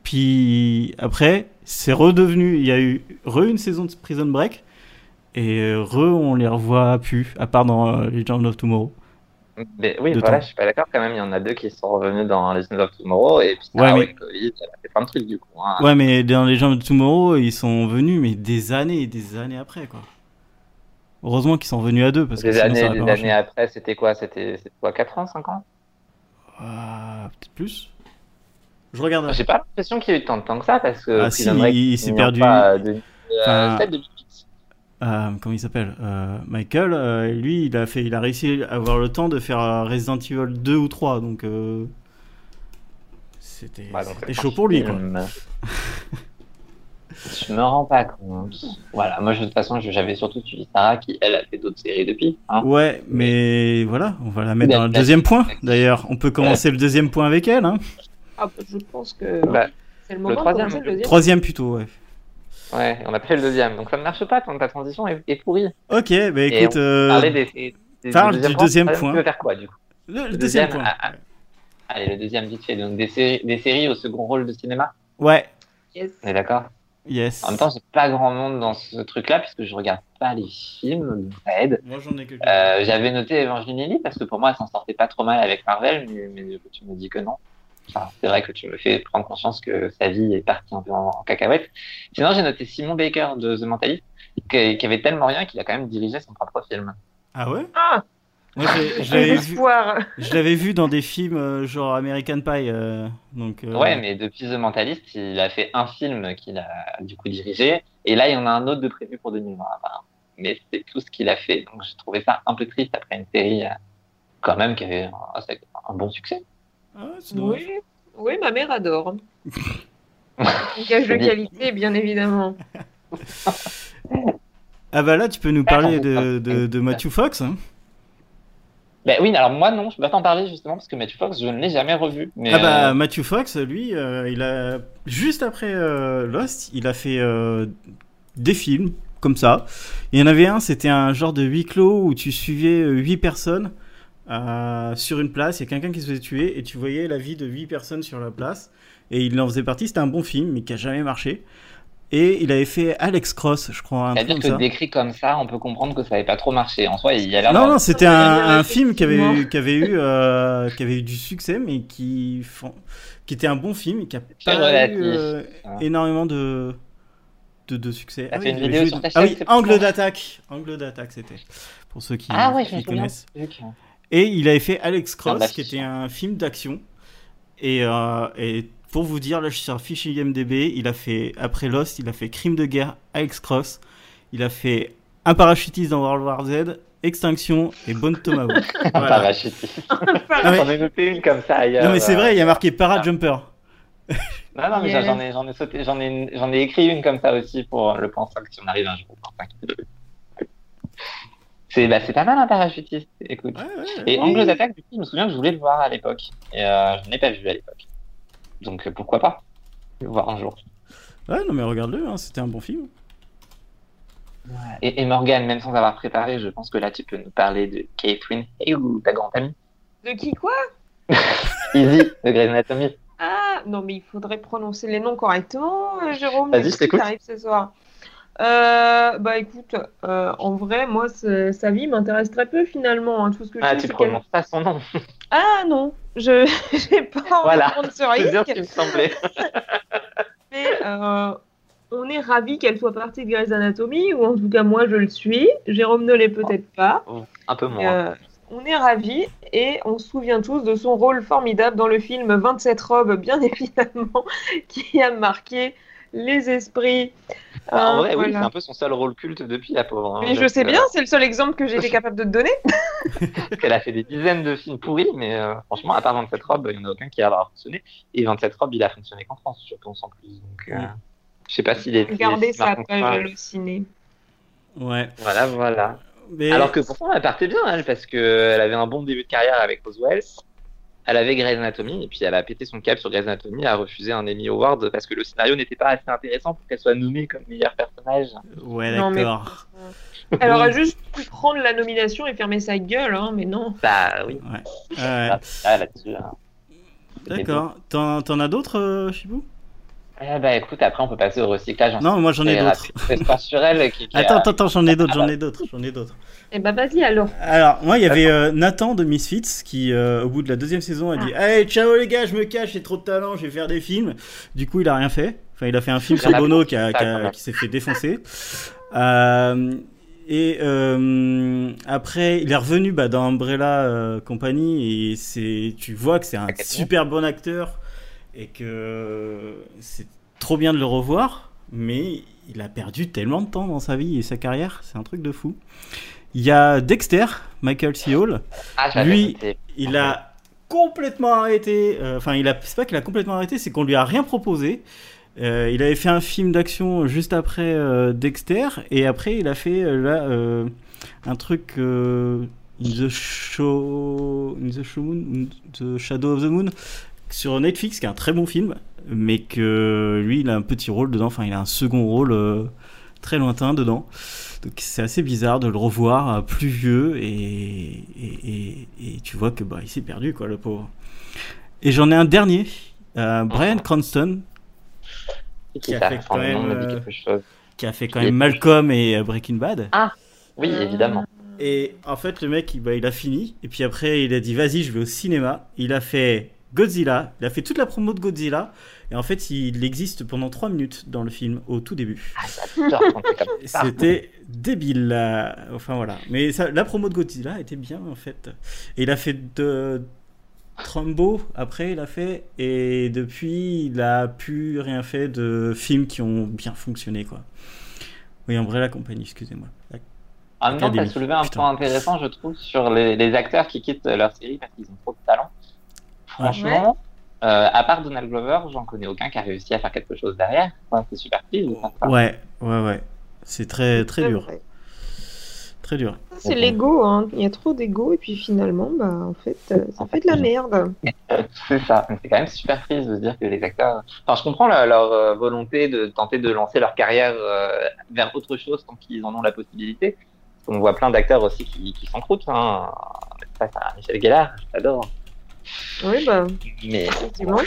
[SPEAKER 1] Puis après, c'est redevenu. Il y a eu re une saison de Prison Break. Et euh, re, on les revoit plus, à part dans euh, Legend of Tomorrow.
[SPEAKER 3] Mais oui,
[SPEAKER 1] De
[SPEAKER 3] voilà,
[SPEAKER 1] temps.
[SPEAKER 3] je suis pas d'accord quand même. Il y en a deux qui sont revenus dans les of Tomorrow et puis
[SPEAKER 1] Ouais,
[SPEAKER 3] ah
[SPEAKER 1] mais-
[SPEAKER 3] ouais, le Covid, elle a fait plein de trucs du coup. hein.
[SPEAKER 1] Ouais, mais dans Legend of Tomorrow, ils sont venus, mais des années et des années après, quoi. Heureusement qu'ils sont venus à deux, parce que
[SPEAKER 3] des
[SPEAKER 1] sinon, ça
[SPEAKER 3] années,
[SPEAKER 1] aurait
[SPEAKER 3] des
[SPEAKER 1] pas marché.
[SPEAKER 3] années après, c'était quoi C'était c'était quoi 4 ans, 5 ans
[SPEAKER 1] Ah, peut-être plus. Je regarde.
[SPEAKER 3] J'ai pas l'impression qu'il y a eu tant de temps que ça parce que
[SPEAKER 1] Ah,
[SPEAKER 3] Prison
[SPEAKER 1] si,
[SPEAKER 3] Break,
[SPEAKER 1] il s'est
[SPEAKER 3] n'y a
[SPEAKER 1] perdu.
[SPEAKER 3] pas de- de-
[SPEAKER 1] Enfin,
[SPEAKER 3] euh, peut-être 2008.
[SPEAKER 1] Euh, comment il s'appelle Euh, Michael, euh, lui, il a, fait, il a réussi à avoir le temps de faire euh, Resident Evil 2 ou 3, donc. euh, C'était
[SPEAKER 3] Bah, donc,
[SPEAKER 1] c'était chaud pour lui,
[SPEAKER 3] je
[SPEAKER 1] quoi.
[SPEAKER 3] me- Je me rends pas compte. Voilà, moi je- de toute façon, je- j'avais surtout suivi Sarah qui, elle, a fait d'autres séries depuis. hein.
[SPEAKER 1] Ouais, mais voilà, on va la mettre dans le
[SPEAKER 3] Mais-
[SPEAKER 1] deuxième point. D'ailleurs, on peut commencer le deuxième point avec elle, hein.
[SPEAKER 2] Ah, bah, je pense que
[SPEAKER 3] Bah,
[SPEAKER 2] c'est le moment de
[SPEAKER 3] troisième,
[SPEAKER 2] commencer le
[SPEAKER 3] le
[SPEAKER 2] deuxième.
[SPEAKER 1] Troisième plutôt, ouais.
[SPEAKER 3] ouais, on a fait le deuxième. Donc ça ne marche pas, ton- ta transition est, est pourrie.
[SPEAKER 1] Ok, bah écoute, euh,
[SPEAKER 3] Parler des, des- des-
[SPEAKER 1] parle
[SPEAKER 3] deuxième
[SPEAKER 1] du
[SPEAKER 3] point,
[SPEAKER 1] deuxième
[SPEAKER 3] troisième,
[SPEAKER 1] point.
[SPEAKER 3] Tu veux faire quoi du coup
[SPEAKER 1] le, le
[SPEAKER 3] le
[SPEAKER 1] deuxième
[SPEAKER 3] deuxième,
[SPEAKER 1] point.
[SPEAKER 3] ah, ah. Allez, le deuxième vite fait. Donc des, séries- des séries au second rôle de cinéma.
[SPEAKER 1] Ouais,
[SPEAKER 2] Yes.
[SPEAKER 3] On est d'accord
[SPEAKER 1] yes.
[SPEAKER 3] En même temps, j'ai pas grand monde dans ce truc-là puisque je regarde pas les films. Red.
[SPEAKER 1] moi j'en ai quelques
[SPEAKER 3] Euh, j'avais noté Evangeline Lilly parce que pour moi, elle s'en sortait pas trop mal avec Marvel, mais, mais tu me dis que non. Enfin, c'est vrai que tu me fais prendre conscience que sa vie est partie un peu en, en cacahuète. Sinon, j'ai noté Simon Baker de The Mentalist, que- qui avait tellement rien qu'il a quand même dirigé son propre film.
[SPEAKER 1] Ah ouais
[SPEAKER 2] Ah,
[SPEAKER 1] Moi j'ai- je
[SPEAKER 2] quel
[SPEAKER 1] l'avais vu,
[SPEAKER 2] espoir.
[SPEAKER 1] je l'avais vu dans des films euh, genre American Pie, euh, donc. euh,
[SPEAKER 3] Ouais, mais depuis The Mentalist, il a fait un film qu'il a du coup dirigé, et là, il y en a un autre de prévu pour 2020. apparemment. Mais c'est tout ce qu'il a fait, donc j'ai trouvé ça un peu triste après une série euh, quand même qui avait un- un bon succès.
[SPEAKER 1] ah, c'est dommage.
[SPEAKER 2] Oui. oui, ma mère adore. Un gage de qualité, bien évidemment.
[SPEAKER 1] Ah bah là, tu peux nous parler de, de, de Matthew Fox. hein.
[SPEAKER 3] Ben oui, alors moi non, je peux pas t'en parler justement parce que Matthew Fox, je ne l'ai jamais revu. Mais
[SPEAKER 1] Ah bah
[SPEAKER 3] euh,
[SPEAKER 1] Matthew Fox, lui, euh, il a juste après euh, Lost, il a fait euh, des films comme ça. Il y en avait un, c'était un genre de huis clos où tu suivais euh, huit personnes euh, sur une place. Il y a quelqu'un qui se faisait tuer et tu voyais la vie de huit personnes sur la place. Et il en faisait partie. C'était un bon film, mais qui a jamais marché. Et il avait fait Alex Cross, je crois, un truc
[SPEAKER 3] c'est-à-dire
[SPEAKER 1] comme
[SPEAKER 3] que
[SPEAKER 1] ça.
[SPEAKER 3] décrit comme ça, on peut comprendre que ça n'avait pas trop marché. En soi, il y a l'air.
[SPEAKER 1] Non,
[SPEAKER 3] d'avoir-
[SPEAKER 1] non, c'était
[SPEAKER 2] Ah,
[SPEAKER 1] un,
[SPEAKER 2] ouais,
[SPEAKER 1] un film qui avait, eu,
[SPEAKER 2] effectivement.
[SPEAKER 1] qui, avait eu, euh, qui avait eu du succès, mais qui, font- qui était un bon film et qui a
[SPEAKER 3] C'est
[SPEAKER 1] pas
[SPEAKER 3] relatif,
[SPEAKER 1] eu euh,
[SPEAKER 3] hein.
[SPEAKER 1] énormément de, de, de succès.
[SPEAKER 3] T'as
[SPEAKER 1] oui,
[SPEAKER 3] fait une
[SPEAKER 1] il avait
[SPEAKER 3] vidéo
[SPEAKER 1] joué
[SPEAKER 3] sur
[SPEAKER 1] de-
[SPEAKER 3] ta
[SPEAKER 1] Ah
[SPEAKER 3] chaîne,
[SPEAKER 1] oui,
[SPEAKER 3] c'est pour
[SPEAKER 1] Angle
[SPEAKER 3] ça
[SPEAKER 1] d'attaque. Angle d'attaque, c'était. Pour ceux qui,
[SPEAKER 3] Ah ouais,
[SPEAKER 1] qui
[SPEAKER 3] je me souviens.
[SPEAKER 1] connaissent.
[SPEAKER 3] de ce truc. hein.
[SPEAKER 1] Et il avait fait Alex
[SPEAKER 3] Dans la
[SPEAKER 1] Cross, qui était
[SPEAKER 3] fiction.
[SPEAKER 1] un film d'action. Et, euh, et pour vous dire, là je suis sur Fiche IMDB, il a fait, après Lost, il a fait Crime de guerre, Alex Cross, il a fait Un parachutiste dans World War Z, Extinction et Bonne Tomahawk.
[SPEAKER 3] Un
[SPEAKER 1] Voilà.
[SPEAKER 3] parachutiste.
[SPEAKER 1] Ah ouais.
[SPEAKER 3] J'en ai noté une comme ça ailleurs.
[SPEAKER 1] Non mais c'est
[SPEAKER 3] euh.
[SPEAKER 1] vrai, il y a marqué Parajumper.
[SPEAKER 3] Non, Ah non, mais
[SPEAKER 2] Yes.
[SPEAKER 3] j'en ai, j'en ai sauté, j'en ai, une- j'en ai écrit une comme ça aussi pour euh, le point 5 si on arrive un jour. au point cinq. C'est bah, c'est pas mal un parachutiste, écoute.
[SPEAKER 1] Ouais, ouais,
[SPEAKER 3] Et
[SPEAKER 1] ouais.
[SPEAKER 3] Angle d'attaque, du coup, je me souviens que je voulais le voir à l'époque. Et euh, je ne l'ai pas vu à l'époque. Donc euh, pourquoi pas le voir un jour.
[SPEAKER 1] Ouais, non mais regarde-le, hein, c'était un bon film.
[SPEAKER 3] Et, et Morgane, même sans avoir préparé, je pense que là, tu peux nous parler de Catherine Hale, ta grande amie.
[SPEAKER 2] De qui quoi
[SPEAKER 3] Easy, de Grey's Anatomy.
[SPEAKER 2] Ah, non, mais il faudrait prononcer les noms correctement, euh, Jérôme.
[SPEAKER 3] Vas-y, je
[SPEAKER 2] Qu'est-ce qui
[SPEAKER 3] t'écoute.
[SPEAKER 2] t'arrive ce soir. Euh, bah écoute, euh, en vrai, moi, ce- sa vie m'intéresse très peu finalement. hein. Tout ce que je
[SPEAKER 3] Ah,
[SPEAKER 2] sais,
[SPEAKER 3] tu
[SPEAKER 2] c'est
[SPEAKER 3] prononces pas son nom.
[SPEAKER 2] qu'elle- Ah non, je j'ai pas envie
[SPEAKER 3] Voilà.
[SPEAKER 2] de prendre ce
[SPEAKER 3] C'est bien ce
[SPEAKER 2] risque.
[SPEAKER 3] qui me semblait.
[SPEAKER 2] Mais euh, on est ravis qu'elle soit partie de Grey's Anatomy, ou en tout cas moi je le suis. Jérôme ne l'est peut-être pas.
[SPEAKER 3] Un peu moins. hein.
[SPEAKER 2] Euh, on est ravis et on se souvient tous de son rôle formidable dans le film 27 robes, bien évidemment, qui a marqué les esprits.
[SPEAKER 3] Bah,
[SPEAKER 2] Euh,
[SPEAKER 3] en vrai, oui,
[SPEAKER 2] voilà.
[SPEAKER 3] c'est un peu son seul rôle culte depuis la pauvre. hein,
[SPEAKER 2] Mais je
[SPEAKER 3] parce
[SPEAKER 2] sais
[SPEAKER 3] que-
[SPEAKER 2] bien, c'est le seul exemple que j'étais capable de te donner.
[SPEAKER 3] qu'elle a fait des dizaines de films pourris, mais euh, franchement, à part 27 robes, il n'y en a aucun qui a fonctionné. Et 27 robes, il a fonctionné qu'en France, je pense en plus. Donc, euh,
[SPEAKER 1] Mm.
[SPEAKER 3] je sais pas si les.
[SPEAKER 2] Regardez
[SPEAKER 3] les-
[SPEAKER 2] ça
[SPEAKER 3] marquent
[SPEAKER 2] après,
[SPEAKER 3] pas.
[SPEAKER 2] le ciné.
[SPEAKER 1] Ouais.
[SPEAKER 3] Voilà, voilà.
[SPEAKER 1] Mais
[SPEAKER 3] Alors que pourtant, elle partait bien, elle, parce qu'elle avait un bon début de carrière avec Roswell. Elle avait Grey's Anatomy et puis elle a pété son câble sur Grey's Anatomy, a refusé un Emmy Award parce que le scénario n'était pas assez intéressant pour qu'elle soit nommée comme meilleur personnage.
[SPEAKER 1] Ouais,
[SPEAKER 2] Non, mais-
[SPEAKER 1] d'accord.
[SPEAKER 2] Elle aurait juste pu prendre la nomination et fermer sa gueule, hein, mais non.
[SPEAKER 3] Bah oui,
[SPEAKER 1] Ouais,
[SPEAKER 3] ah, là-dessus. hein.
[SPEAKER 1] d'accord. T'en t'en as d'autres, euh, Chibou
[SPEAKER 3] Ah, bah écoute, après on peut passer au recyclage.
[SPEAKER 1] Non, moi j'en ai d'autres.
[SPEAKER 3] C'est censurel qui. qui
[SPEAKER 1] Attends,
[SPEAKER 3] a- Ah,
[SPEAKER 1] attends, attends, j'en ai d'autres, j'en ai d'autres, j'en ai d'autres.
[SPEAKER 2] Eh bah vas-y alors.
[SPEAKER 1] Alors, moi, il y avait euh, Nathan de Misfits qui, euh, au bout de la deuxième saison, a dit
[SPEAKER 3] Ah.
[SPEAKER 1] Allez, ciao les gars, je me cache, j'ai trop de talent, je vais faire des films. Du coup, il a rien fait. Enfin, il a fait un film
[SPEAKER 3] Il
[SPEAKER 1] sur
[SPEAKER 3] en a
[SPEAKER 1] Bono
[SPEAKER 3] beaucoup,
[SPEAKER 1] qui, a-
[SPEAKER 3] ça,
[SPEAKER 1] qui a-
[SPEAKER 3] quand même.
[SPEAKER 1] qui s'est fait défoncer. Euh, et euh, après, il est revenu bah, dans Umbrella euh, Company et c'est, tu vois que c'est un
[SPEAKER 3] Exactement.
[SPEAKER 1] super bon acteur et que c'est trop bien de le revoir, mais il a perdu tellement de temps dans sa vie et sa carrière, c'est un truc de fou. Il y a Dexter, Michael C. Hall,
[SPEAKER 3] Ah, je l'avais
[SPEAKER 1] Lui-
[SPEAKER 3] noté.
[SPEAKER 1] il a complètement arrêté, euh, enfin il a, c'est pas qu'il a complètement arrêté, c'est qu'on lui a rien proposé. Euh, il avait fait un film d'action juste après euh, Dexter et après il a fait euh, là euh, un truc euh, in the show, in the show moon, in the shadow of the moon sur Netflix qui est un très bon film mais que lui il a un petit rôle dedans, enfin il a un second rôle euh, très lointain dedans. Donc c'est assez bizarre de le revoir euh, plus vieux et, et, et- et tu vois que bah, il s'est perdu quoi le pauvre. Et j'en ai un dernier, euh, Brian Cranston
[SPEAKER 3] Qui,
[SPEAKER 1] qui a
[SPEAKER 3] ça
[SPEAKER 1] fait
[SPEAKER 3] Enfin,
[SPEAKER 1] quand
[SPEAKER 3] le nom
[SPEAKER 1] même,
[SPEAKER 3] me dit
[SPEAKER 1] euh,
[SPEAKER 3] quelque chose.
[SPEAKER 1] qui a fait quand
[SPEAKER 3] Qui
[SPEAKER 1] même
[SPEAKER 3] est-
[SPEAKER 1] Malcolm et euh, Breaking Bad.
[SPEAKER 3] Oui,
[SPEAKER 2] Euh,
[SPEAKER 3] évidemment.
[SPEAKER 1] Et en fait, le mec, il, bah, il a fini. Et puis après, il a dit Vas-y, je vais au cinéma. Il a fait Godzilla. Il a fait toute la promo de Godzilla. Et en fait, il existe pendant 3 minutes dans le film, au tout début.
[SPEAKER 3] Ah, ça te raconte comme ça.
[SPEAKER 1] C'était débile. euh, Enfin, voilà. Mais ça, la promo de Godzilla était bien, en fait. Et il a fait de. Trumbo, après, il a fait. Et depuis, il a plus rien fait de films qui ont bien fonctionné, quoi. Oui, en vrai, la compagnie, excusez-moi.
[SPEAKER 3] En même temps, t'as
[SPEAKER 1] Académie.
[SPEAKER 3] soulevé un
[SPEAKER 1] Putain.
[SPEAKER 3] point intéressant, je trouve, sur les, les acteurs qui quittent leur série parce qu'ils ont trop de talent. Franchement, euh, à part Donald Glover, j'en connais aucun qui a réussi à faire quelque chose derrière. Enfin, c'est super triste.
[SPEAKER 1] Oh,
[SPEAKER 3] Enfin,
[SPEAKER 1] Ouais, ouais, ouais. C'est très, très dur.
[SPEAKER 2] vrai.
[SPEAKER 1] Très dur.
[SPEAKER 2] Euh, Ça, C'est l'ego, hein. il y a trop d'ego et puis finalement, bah, en fait, euh, ça fait de la merde.
[SPEAKER 3] C'est ça. Mais C'est quand même super triste de se dire que les acteurs. Enfin, je comprends leur, leur, euh, volonté de tenter de lancer leur carrière euh, vers autre chose tant qu'ils en ont la possibilité. On voit plein d'acteurs aussi qui, qui s'encroutent. Hein. Ça, c'est Michel Gellar, je t'adore.
[SPEAKER 2] Oui, bah,
[SPEAKER 3] Mais
[SPEAKER 2] effectivement.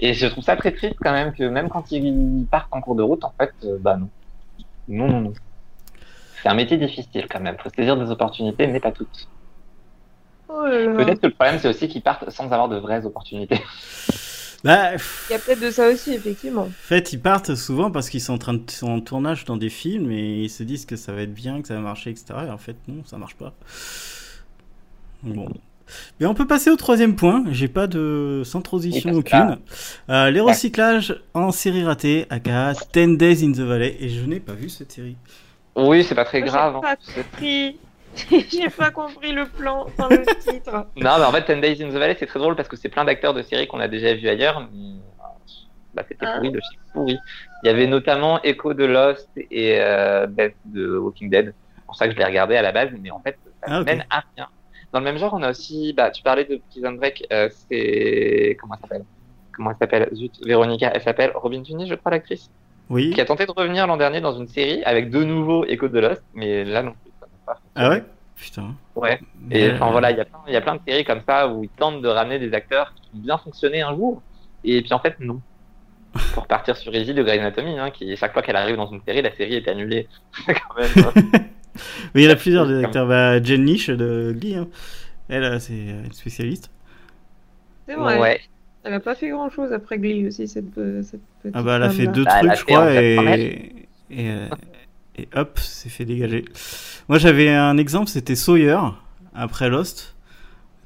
[SPEAKER 3] Et je trouve ça très triste quand même que même quand ils partent en cours de route, en fait, euh, bah non. Non, non, non. C'est un métier difficile quand même. Faut saisir des opportunités, mais pas toutes.
[SPEAKER 2] Oh là là.
[SPEAKER 3] Peut-être que le problème, c'est aussi qu'ils partent sans avoir de vraies opportunités.
[SPEAKER 1] Bah, pff,
[SPEAKER 2] Il y a peut-être de ça aussi, effectivement.
[SPEAKER 1] en fait, ils partent souvent parce qu'ils sont en train de sont en tournage dans des films et ils se disent que ça va être bien, que ça va marcher, etc. Et en fait, non, ça marche pas. Bon. Mais on peut passer au troisième point. J'ai pas de sans transition
[SPEAKER 3] Oui, parce que
[SPEAKER 1] aucune. Euh, les recyclages en série ratée, aka 10 Days in the Valley. Et je n'ai pas vu cette série.
[SPEAKER 3] Oui, c'est pas très
[SPEAKER 2] Moi,
[SPEAKER 3] grave.
[SPEAKER 2] J'ai
[SPEAKER 3] hein.
[SPEAKER 2] pas compris. J'ai pas compris le plan, enfin le titre.
[SPEAKER 3] Non, mais en fait, 10 Days in the Valley, c'est très drôle parce que c'est plein d'acteurs de séries qu'on a déjà vus ailleurs, mais euh, bah, c'était
[SPEAKER 2] Ah.
[SPEAKER 3] pourri de chez pourri. Il y avait notamment Echo de Lost et euh, Beth de Walking Dead. C'est pour ça que je l'ai regardé à la base, mais en fait, ça
[SPEAKER 1] Ah, ok.
[SPEAKER 3] mène à rien. Dans le même genre, on a aussi, bah, tu parlais de Prison Break, euh, c'est. Comment elle s'appelle Comment elle s'appelle Zut, Véronica, elle s'appelle Robin Tunney, je crois, l'actrice
[SPEAKER 1] Oui.
[SPEAKER 3] qui a tenté de revenir l'an dernier dans une série avec de nouveau Echo de Lost, mais là non plus. ça n'a pas
[SPEAKER 1] Ah ouais Putain.
[SPEAKER 3] Ouais. Et
[SPEAKER 1] Euh,
[SPEAKER 3] enfin voilà, il y, a plein- il y a plein de séries comme ça où ils tentent de ramener des acteurs qui ont bien fonctionné un jour, et puis en fait, non. Pour partir sur Izzy de Grey's Anatomy, hein, qui chaque fois qu'elle arrive dans une série, la série est annulée. C'est quand même, euh,
[SPEAKER 1] Mais il y en a plusieurs des acteurs. Bah, Jen Nish de Glee. hein. Elle, euh, c'est euh, une spécialiste.
[SPEAKER 2] C'est vrai.
[SPEAKER 3] ouais.
[SPEAKER 2] Elle a pas fait grand chose après Glee aussi, cette, pe- cette petite.
[SPEAKER 1] Ah bah elle a fait
[SPEAKER 2] femme-là.
[SPEAKER 1] deux
[SPEAKER 3] Bah,
[SPEAKER 1] trucs
[SPEAKER 3] elle a
[SPEAKER 1] je
[SPEAKER 3] fait en
[SPEAKER 1] crois
[SPEAKER 3] fait quand même.
[SPEAKER 1] et, et, euh, et hop c'est fait dégager. Moi j'avais un exemple c'était Sawyer après Lost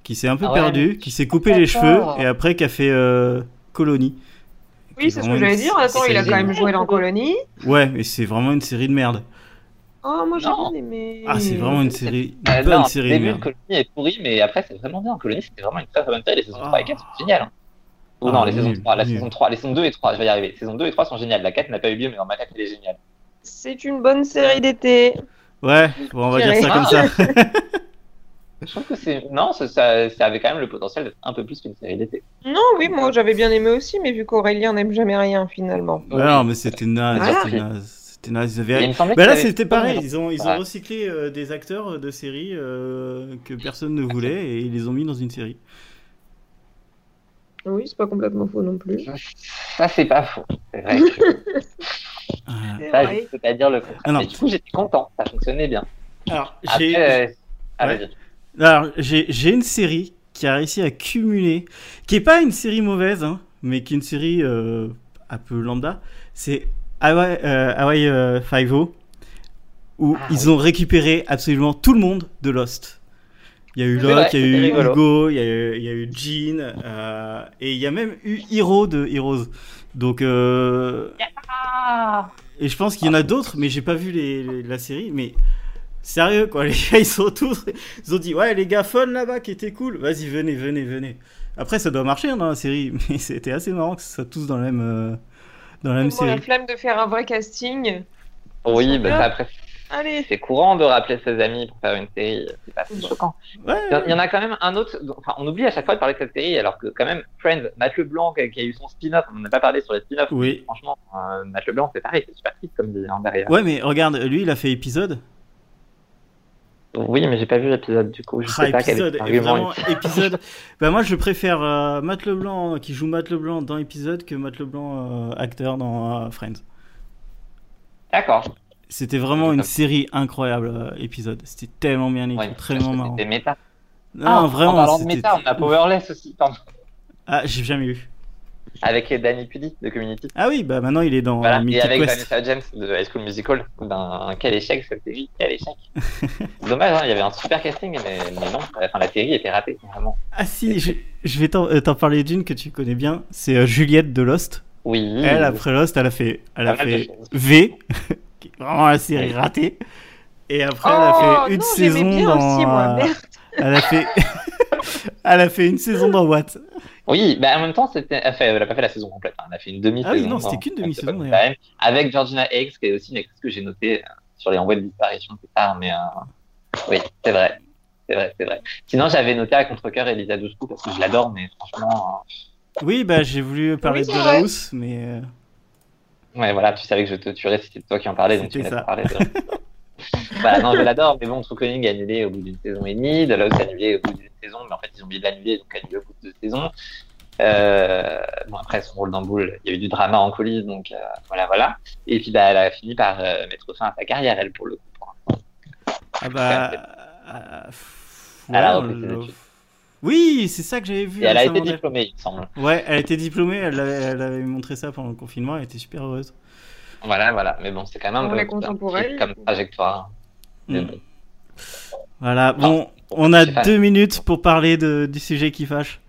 [SPEAKER 1] qui s'est un peu
[SPEAKER 3] Ah ouais,
[SPEAKER 1] perdu,
[SPEAKER 3] mais-
[SPEAKER 1] qui s'est coupé les cheveux
[SPEAKER 3] D'accord.
[SPEAKER 1] et après qui a fait euh, Colony.
[SPEAKER 2] Oui, c'est ce que j'allais dire. Attends, il a quand même joué dans Colony.
[SPEAKER 1] Ouais mais c'est vraiment une série de merde.
[SPEAKER 2] Oh, moi j'ai
[SPEAKER 3] Non.
[SPEAKER 2] bien aimé.
[SPEAKER 1] Ah c'est vraiment une série
[SPEAKER 3] Euh,
[SPEAKER 1] une
[SPEAKER 3] non,
[SPEAKER 1] bonne
[SPEAKER 3] au
[SPEAKER 1] série de
[SPEAKER 3] début,
[SPEAKER 1] merde.
[SPEAKER 3] Colony est pourri, mais après, c'est vraiment bien. Colony, c'était vraiment une très très bonne série. Les saisons
[SPEAKER 1] Ah.
[SPEAKER 3] 3 et 4 sont géniales. hein. Oh,
[SPEAKER 1] Ah,
[SPEAKER 3] non, les saisons,
[SPEAKER 1] nul,
[SPEAKER 3] 3, la
[SPEAKER 1] nul.
[SPEAKER 3] saison 3, les saisons 2 et 3, je vais y arriver. Les saisons 2 et 3 sont géniales. La 4 n'a pas eu lieu, mais dans ma tête, elle est géniale.
[SPEAKER 2] C'est une bonne série d'été.
[SPEAKER 1] Ouais bon on va dire
[SPEAKER 2] Série.
[SPEAKER 1] ça comme ça.
[SPEAKER 3] Je trouve que c'est. Non, ça, ça- ça avait quand même le potentiel d'être un peu plus qu'une série d'été.
[SPEAKER 2] Non, oui, moi j'avais bien aimé aussi, mais vu qu'Aurélien n'aime jamais rien finalement.
[SPEAKER 1] Bah non, mais c'était naze,
[SPEAKER 2] Ah.
[SPEAKER 1] c'était naze. C'était naze, ils avaient-
[SPEAKER 3] Et il me semblait
[SPEAKER 1] Bah
[SPEAKER 3] que
[SPEAKER 1] là,
[SPEAKER 3] ça avait-
[SPEAKER 1] c'était pareil. Ils ont, ils ont
[SPEAKER 3] Ah.
[SPEAKER 1] recyclé euh, des acteurs de séries euh, que personne ne voulait et ils les ont mis dans une série.
[SPEAKER 2] Oui, c'est pas complètement faux non plus.
[SPEAKER 3] Ça, c'est pas faux. C'est vrai que
[SPEAKER 1] Voilà.
[SPEAKER 3] ça, je peux pas dire le
[SPEAKER 1] Ah,
[SPEAKER 3] contraire.
[SPEAKER 1] non.
[SPEAKER 3] Mais du coup, j'étais content. Ça fonctionnait bien.
[SPEAKER 1] Alors, j'ai
[SPEAKER 3] Après, euh, ah,
[SPEAKER 1] Ouais.
[SPEAKER 3] vas-y.
[SPEAKER 1] alors, j'ai- j'ai une série qui a réussi à cumuler, qui est pas une série mauvaise, hein, mais qui est une série euh, un peu lambda. C'est Hawaii, euh, Hawaii euh, Five-O, où
[SPEAKER 3] Ah,
[SPEAKER 1] ils ont récupéré absolument tout le monde de Lost. Il y a eu
[SPEAKER 2] C'est
[SPEAKER 1] Locke,
[SPEAKER 3] vrai,
[SPEAKER 1] il y a eu
[SPEAKER 3] c'était rigolo.
[SPEAKER 1] Hugo, il y a eu, il y a eu Jean, euh, et il y a même eu Hiro de Heroes. Donc, euh,
[SPEAKER 2] Ah,
[SPEAKER 1] et je pense qu'il y en
[SPEAKER 3] Ah.
[SPEAKER 1] a d'autres, mais j'ai pas vu les, les- la série. Mais sérieux, quoi, les gars, ils sont tous. Ils ont dit, ouais, les gars, fun là-bas qui était cool, vas-y, venez, venez, venez. Après, ça doit marcher hein, dans la série, mais c'était assez marrant que ça soit tous dans la même, euh, dans la même
[SPEAKER 2] Vraiment la
[SPEAKER 1] série.
[SPEAKER 2] flamme de faire un vrai casting.
[SPEAKER 3] Oui, bah, ça, après,
[SPEAKER 2] Allez,
[SPEAKER 3] c'est courant de rappeler ses amis pour faire une série. euh, C'est pas si choquant.
[SPEAKER 1] Ouais,
[SPEAKER 3] Il y en- il y en a quand même un autre. Enfin, on oublie à chaque fois de parler de cette série, alors que quand même, Friends, Matt LeBlanc qui a eu son spin-off, on n'a pas parlé sur les spin-offs.
[SPEAKER 1] oui.
[SPEAKER 3] Franchement, euh, Matt LeBlanc, c'est pareil, c'est super triste comme dit hein, derrière.
[SPEAKER 1] Ouais, mais regarde, lui, il a fait épisode.
[SPEAKER 3] Oui, mais j'ai pas vu l'épisode du coup. Je
[SPEAKER 1] Ah,
[SPEAKER 3] sais pas quel
[SPEAKER 1] épisode,
[SPEAKER 3] est
[SPEAKER 1] et
[SPEAKER 3] l'argument.
[SPEAKER 1] vraiment épisode. Bah moi je préfère euh, Matt Leblanc euh, qui joue Matt Leblanc dans épisode que Matt Leblanc euh, acteur dans euh, Friends.
[SPEAKER 3] D'accord.
[SPEAKER 1] C'était vraiment une série incroyable euh, épisode. C'était tellement bien écrit,
[SPEAKER 3] Ouais,
[SPEAKER 1] très
[SPEAKER 3] parce que
[SPEAKER 1] marrant.
[SPEAKER 3] C'était méta.
[SPEAKER 1] Non
[SPEAKER 3] Ah, En
[SPEAKER 1] vraiment.
[SPEAKER 3] parlant de
[SPEAKER 1] c'était-
[SPEAKER 3] méta, on a Powerless aussi, pardon,
[SPEAKER 1] Ah j'ai jamais eu.
[SPEAKER 3] avec Danny Pudi de Community.
[SPEAKER 1] Ah oui bah maintenant il est dans
[SPEAKER 3] Voilà,
[SPEAKER 1] euh,
[SPEAKER 3] et
[SPEAKER 1] Mythic
[SPEAKER 3] avec
[SPEAKER 1] Quest.
[SPEAKER 3] Vanessa James de High School Musical. Ben, quel échec cette série, quel échec. Dommage, hein, il y avait un super casting, mais, mais non, enfin, la série était ratée, vraiment.
[SPEAKER 1] Ah si je, je vais t'en euh, t'en parler d'une que tu connais bien. C'est euh, Juliette de Lost.
[SPEAKER 3] Oui.
[SPEAKER 1] Elle après Lost elle a fait elle a
[SPEAKER 3] Mmh. Pas mal de
[SPEAKER 1] fait
[SPEAKER 3] choses.
[SPEAKER 1] V qui est vraiment la série ratée. Et après, elle a
[SPEAKER 2] Oh,
[SPEAKER 1] fait une
[SPEAKER 2] non, j'aimais
[SPEAKER 1] saison
[SPEAKER 2] bien
[SPEAKER 1] dans.
[SPEAKER 2] aussi, moi,
[SPEAKER 1] euh,
[SPEAKER 2] merde.
[SPEAKER 1] Elle a fait, elle a fait une saison dans Watt.
[SPEAKER 3] Oui, bah en même temps, c'était... Enfin, elle n'a pas fait la saison complète. hein. Elle a fait une demi-saison.
[SPEAKER 1] Ah oui, non,
[SPEAKER 3] dans-
[SPEAKER 1] c'était qu'une
[SPEAKER 3] dans
[SPEAKER 1] demi-saison,
[SPEAKER 3] Upon a
[SPEAKER 1] d'ailleurs.
[SPEAKER 3] Time, Avec Georgina Hicks, qui est aussi une actrice que j'ai notée euh, sur les envois de disparition plus tard. Mais euh, oui, c'est vrai. C'est vrai, c'est vrai. Sinon, j'avais noté à contre-coeur Elisa Dushku parce que je l'adore, mais franchement,
[SPEAKER 1] Oui, bah j'ai voulu parler
[SPEAKER 2] Oui,
[SPEAKER 1] de
[SPEAKER 2] c'est
[SPEAKER 1] The
[SPEAKER 2] vrai.
[SPEAKER 1] House, mais euh,
[SPEAKER 3] euh, ouais, voilà, tu savais que je te tuerais si c'était toi qui en parlais, donc tu
[SPEAKER 1] C'était
[SPEAKER 3] m'as
[SPEAKER 1] ça.
[SPEAKER 3] parlé de. voilà, non, je l'adore, mais bon, True Calling annulé au bout d'une saison et demie, de là annulé au bout d'une saison, mais en fait, ils ont oublié de l'annuler, donc annulé au bout de deux saisons. Euh, bon, après, son rôle dans Boule, il y a eu du drama en coulisses, donc euh, voilà, voilà. Et puis, bah, elle a fini par euh, mettre fin à sa carrière, elle, pour le coup. pour l'instant.
[SPEAKER 1] ah bah. euh, pff,
[SPEAKER 3] Elle a
[SPEAKER 1] ouais,
[SPEAKER 3] repris ses
[SPEAKER 1] on l'a-
[SPEAKER 3] études.
[SPEAKER 1] Oui, c'est ça que j'avais vu.
[SPEAKER 3] Et elle a
[SPEAKER 1] récemment
[SPEAKER 3] été
[SPEAKER 1] d'elle.
[SPEAKER 3] diplômée, il me semble.
[SPEAKER 1] Ouais, elle était diplômée. Elle avait, elle avait montré ça pendant le confinement. Elle était super heureuse.
[SPEAKER 3] Voilà, voilà. Mais bon, c'est quand même
[SPEAKER 2] On
[SPEAKER 3] un peu
[SPEAKER 2] est contemporaine.
[SPEAKER 3] comme trajectoire. Mais
[SPEAKER 1] Mm.
[SPEAKER 3] bon.
[SPEAKER 1] Voilà. Bon,
[SPEAKER 3] Non.
[SPEAKER 1] on a
[SPEAKER 3] Je sais Ah, pas.
[SPEAKER 1] deux minutes pour parler de, du sujet qui fâche.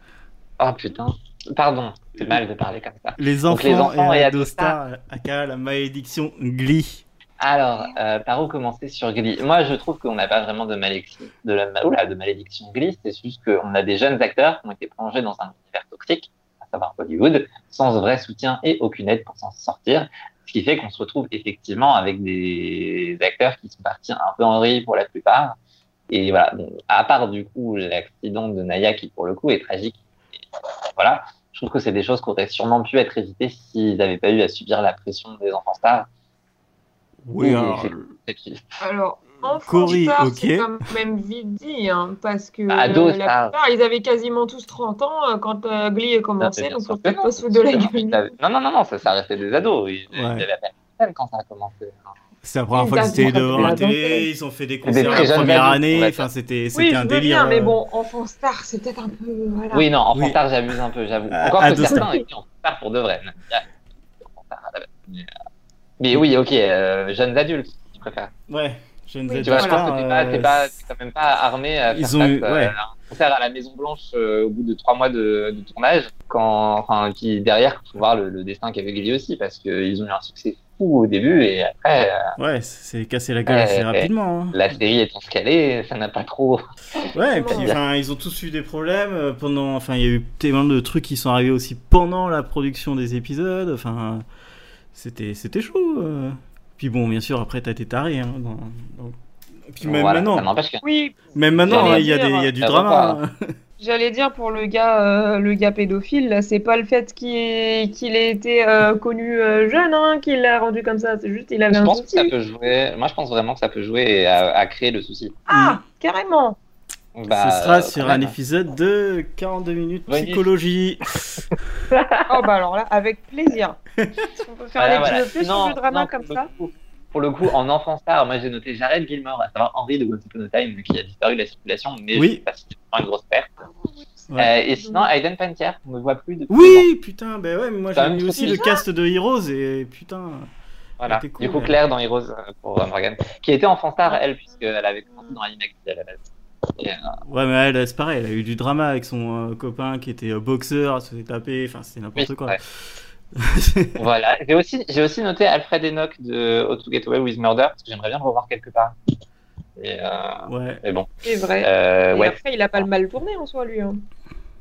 [SPEAKER 3] Oh putain. Pardon,
[SPEAKER 1] Mm.
[SPEAKER 3] c'est mal de parler comme ça.
[SPEAKER 1] Les
[SPEAKER 3] Donc,
[SPEAKER 1] enfants,
[SPEAKER 3] les enfants
[SPEAKER 1] et,
[SPEAKER 3] et
[SPEAKER 1] Ado
[SPEAKER 3] Adostar.
[SPEAKER 1] Star, aka la malédiction Glee.
[SPEAKER 3] Alors, euh, par où commencer sur Glee Moi, je trouve qu'on n'a pas vraiment de malédiction, de, la, ma- oula, de malédiction Glee, c'est juste qu'on a des jeunes acteurs qui ont été plongés dans un univers toxique, à savoir Hollywood, sans vrai soutien et aucune aide pour s'en sortir, ce qui fait qu'on se retrouve effectivement avec des acteurs qui sont partis un peu en riz pour la plupart. Et voilà, donc, à part du coup l'accident de Naya qui pour le coup est tragique, et voilà, je trouve que c'est des choses qui auraient sûrement pu être évitées s'ils n'avaient pas eu à subir la pression des enfants stars.
[SPEAKER 1] Oui,
[SPEAKER 3] Et
[SPEAKER 1] alors,
[SPEAKER 3] c'est- c'est triste.
[SPEAKER 2] Alors,
[SPEAKER 3] Hmm.
[SPEAKER 2] enfant
[SPEAKER 1] Cory,
[SPEAKER 2] star,
[SPEAKER 1] ok.
[SPEAKER 2] c'est quand même vite dit, hein, parce que
[SPEAKER 3] Bah, ado
[SPEAKER 2] euh,
[SPEAKER 3] star.
[SPEAKER 2] la plupart, ils avaient quasiment tous 30 ans euh, quand euh, Glee a commencé,
[SPEAKER 3] Non,
[SPEAKER 2] donc
[SPEAKER 3] mais
[SPEAKER 2] on
[SPEAKER 3] bien
[SPEAKER 2] peut
[SPEAKER 3] sûr que
[SPEAKER 2] pas se foutre de la
[SPEAKER 3] non, mais
[SPEAKER 2] gueule.
[SPEAKER 3] t'avais- Non, non, non, non, ça, ça restait des ados. Ils
[SPEAKER 1] Ouais.
[SPEAKER 3] ils avaient la personne quand ça a commencé. hein.
[SPEAKER 1] C'est la première
[SPEAKER 2] Ils
[SPEAKER 1] fois que
[SPEAKER 2] ont
[SPEAKER 1] c'était
[SPEAKER 2] commencé
[SPEAKER 1] devant la
[SPEAKER 2] à danser.
[SPEAKER 1] télé, ils ont fait des
[SPEAKER 3] Des
[SPEAKER 1] concerts
[SPEAKER 3] très
[SPEAKER 1] la
[SPEAKER 3] jeunes
[SPEAKER 1] première
[SPEAKER 3] adultes, on
[SPEAKER 1] année,
[SPEAKER 3] va dire.
[SPEAKER 1] enfin c'était c'était
[SPEAKER 2] Oui, je
[SPEAKER 1] un
[SPEAKER 2] veux
[SPEAKER 1] délire.
[SPEAKER 2] bien, mais
[SPEAKER 1] euh,
[SPEAKER 2] bon, enfant star, c'est peut-être un peu... Voilà.
[SPEAKER 3] Oui, non, enfant
[SPEAKER 1] Oui.
[SPEAKER 3] tard, j'abuse un peu, j'avoue.
[SPEAKER 1] Ah,
[SPEAKER 3] Encore que
[SPEAKER 1] ados
[SPEAKER 3] certains étaient en tard pour de vrai. même. Il y a- en retard à la base. Mais, euh, Mais oui, ok, euh, jeunes adultes, je préfère.
[SPEAKER 1] Ouais, jeunes euh,
[SPEAKER 2] Oui,
[SPEAKER 1] adultes.
[SPEAKER 3] Tu vois, je
[SPEAKER 2] Voilà.
[SPEAKER 3] pense que t'es pas, t'es pas, t'es quand même pas armé à faire
[SPEAKER 1] Ils ont
[SPEAKER 3] face euh,
[SPEAKER 1] eu-
[SPEAKER 3] à
[SPEAKER 1] ouais.
[SPEAKER 3] un concert à la Maison Blanche euh, au bout de trois mois de, de tournage. Quand, enfin, et puis derrière, faut voir le, le destin qu'avait Gilly aussi, parce qu'ils ont eu un succès fou au début et après, euh,
[SPEAKER 1] Ouais, c'est cassé la gueule
[SPEAKER 3] Ouais,
[SPEAKER 1] assez
[SPEAKER 3] ouais.
[SPEAKER 1] rapidement. hein.
[SPEAKER 3] la série étant ce qu'elle est, ça n'a pas trop.
[SPEAKER 1] Ouais, et puis enfin, ils ont tous eu des problèmes euh, pendant. Enfin, il y a eu tellement de trucs qui sont arrivés aussi pendant la production des épisodes. Enfin, c'était c'était chaud. euh. Puis bon, bien sûr, après t'as tes tarés hein, dans, dans- Puis même
[SPEAKER 3] Voilà, Ça
[SPEAKER 1] maintenant,
[SPEAKER 3] n'empêche que.
[SPEAKER 2] Oui,
[SPEAKER 1] même maintenant,
[SPEAKER 2] J'allais
[SPEAKER 1] hein, il y a
[SPEAKER 2] dire,
[SPEAKER 1] des- il y a du
[SPEAKER 3] ça va
[SPEAKER 1] drama. hein.
[SPEAKER 2] J'allais dire pour le gars, euh, le gars pédophile, là, c'est pas le fait qu'il ait, qu'il ait été euh, connu euh, jeune hein, qui l'a rendu comme ça, c'est juste qu'il avait
[SPEAKER 3] Je
[SPEAKER 2] un
[SPEAKER 3] pense que ça
[SPEAKER 2] souci.
[SPEAKER 3] peut jouer. Moi, je pense vraiment que ça peut jouer à, à créer le souci.
[SPEAKER 1] Hmm.
[SPEAKER 2] Ah, carrément.
[SPEAKER 3] Bah,
[SPEAKER 1] Ce sera
[SPEAKER 3] euh,
[SPEAKER 1] sur
[SPEAKER 3] quand
[SPEAKER 1] un
[SPEAKER 3] même.
[SPEAKER 1] épisode de 42 minutes
[SPEAKER 3] Oui.
[SPEAKER 1] psychologie.
[SPEAKER 2] Oh bah alors là, avec plaisir. Si on peut faire
[SPEAKER 3] Voilà,
[SPEAKER 2] des
[SPEAKER 3] Ah, voilà.
[SPEAKER 2] épisode plus
[SPEAKER 3] Non,
[SPEAKER 2] sur le drama
[SPEAKER 3] non,
[SPEAKER 2] comme
[SPEAKER 3] pour
[SPEAKER 2] ça.
[SPEAKER 3] le coup- pour le coup, en enfant star, moi j'ai noté Jared Gilmore, à savoir Henry de Once Upon a Time, qui a disparu de la circulation, mais
[SPEAKER 1] Oui.
[SPEAKER 3] je sais pas si c'est vraiment une grosse perte.
[SPEAKER 1] Ouais.
[SPEAKER 3] Euh, et sinon, Hayden Pantier, on ne voit plus depuis deux ans.
[SPEAKER 1] Oui, putain, ben ouais, mais moi
[SPEAKER 3] Ça va
[SPEAKER 1] j'ai
[SPEAKER 3] me
[SPEAKER 1] mis aussi
[SPEAKER 3] tromper.
[SPEAKER 1] le cast de Heroes et putain.
[SPEAKER 3] Voilà.
[SPEAKER 1] c'était cool,
[SPEAKER 3] du coup,
[SPEAKER 1] ouais.
[SPEAKER 3] Claire dans Heroes euh, pour euh, Morgan, qui était enfant star, elle, puisqu'elle avait commencé dans Alien Active à la base. Et, euh,
[SPEAKER 1] Ouais, mais elle, c'est pareil, elle a eu du drama avec son euh, copain qui était euh, boxeur, elle se fait taper, enfin c'était n'importe
[SPEAKER 3] oui,
[SPEAKER 1] quoi.
[SPEAKER 3] ouais. voilà. J'ai aussi, j'ai aussi noté Alfred Enoch de How to Get Away with Murder, parce que j'aimerais bien le revoir quelque part. Et, euh,
[SPEAKER 1] ouais.
[SPEAKER 3] mais bon.
[SPEAKER 2] C'est vrai.
[SPEAKER 3] Euh,
[SPEAKER 2] Et
[SPEAKER 3] ouais,
[SPEAKER 2] après, il a pas le mal tourné en soi, lui. hein.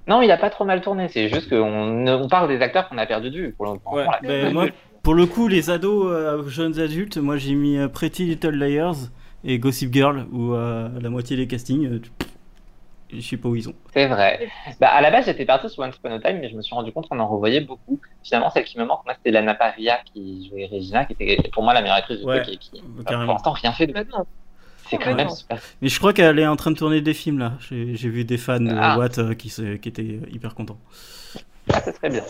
[SPEAKER 3] Non, il a pas trop mal tourné. C'est juste qu'on on parle des acteurs qu'on a perdu de vue. Pour le- pour
[SPEAKER 1] Ouais,
[SPEAKER 3] la-
[SPEAKER 1] ben, moi, pour le coup, les ados, euh, jeunes adultes, moi j'ai mis euh, Pretty Little Liars et Gossip Girl, où euh, la moitié des castings, euh, je sais pas où ils ont.
[SPEAKER 3] C'est vrai. Bah, à la base, j'étais parti sur Once Upon a Time, mais je me suis rendu compte qu'on en revoyait beaucoup. Finalement, celle qui me manque, moi, c'était Lana Paria qui jouait Regina, qui était pour moi la meilleure actrice du
[SPEAKER 1] Ouais,
[SPEAKER 3] truc et qui
[SPEAKER 1] euh,
[SPEAKER 3] a pour
[SPEAKER 1] Carrément.
[SPEAKER 3] l'instant rien fait de
[SPEAKER 2] Maintenant.
[SPEAKER 3] C'est quand même
[SPEAKER 2] Complètement.
[SPEAKER 3] super.
[SPEAKER 1] Mais je crois qu'elle est en train de tourner des films là. J'ai j'ai vu des fans de
[SPEAKER 3] Ah.
[SPEAKER 1] Watt euh, qui, se- qui étaient euh, hyper contents.
[SPEAKER 3] Ah, c'est très bien.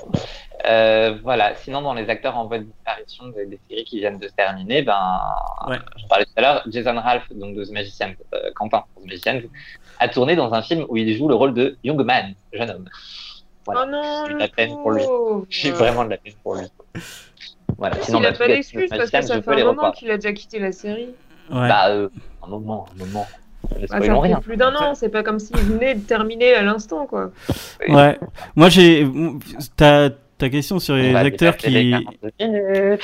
[SPEAKER 3] Euh, voilà. Sinon, dans les acteurs en voie de disparition des, des séries qui viennent de se terminer, ben,
[SPEAKER 1] Ouais.
[SPEAKER 3] je parlais tout à l'heure, Jason Ralph, donc de The Magician, euh, Quentin, de The Magician, a tourné dans un film où il joue le rôle de young man, jeune homme. Voilà.
[SPEAKER 2] Oh non,
[SPEAKER 3] J'ai eu
[SPEAKER 2] le
[SPEAKER 3] de la peine pour lui.
[SPEAKER 2] pauvre.
[SPEAKER 3] J'ai vraiment de la peine pour lui. Voilà. Sinon,
[SPEAKER 2] il a
[SPEAKER 3] bah,
[SPEAKER 2] pas
[SPEAKER 3] tous les
[SPEAKER 2] d'excuse
[SPEAKER 3] The
[SPEAKER 2] parce que ça
[SPEAKER 3] Magician, je
[SPEAKER 2] fait
[SPEAKER 3] peux les
[SPEAKER 2] un moment
[SPEAKER 3] revoir.
[SPEAKER 2] qu'il a déjà quitté la série.
[SPEAKER 1] Ouais.
[SPEAKER 3] Bah, euh, un moment, un moment.
[SPEAKER 2] Bah,
[SPEAKER 3] Ne spoilons
[SPEAKER 2] ça fait
[SPEAKER 3] rien.
[SPEAKER 2] plus d'un an, c'est pas comme s'il venait de terminer à l'instant, quoi.
[SPEAKER 1] ouais. Moi j'ai. Ta, ta question sur
[SPEAKER 3] On
[SPEAKER 1] les
[SPEAKER 3] va
[SPEAKER 1] acteurs
[SPEAKER 3] dépasser les
[SPEAKER 1] qui.
[SPEAKER 3] 42 minutes.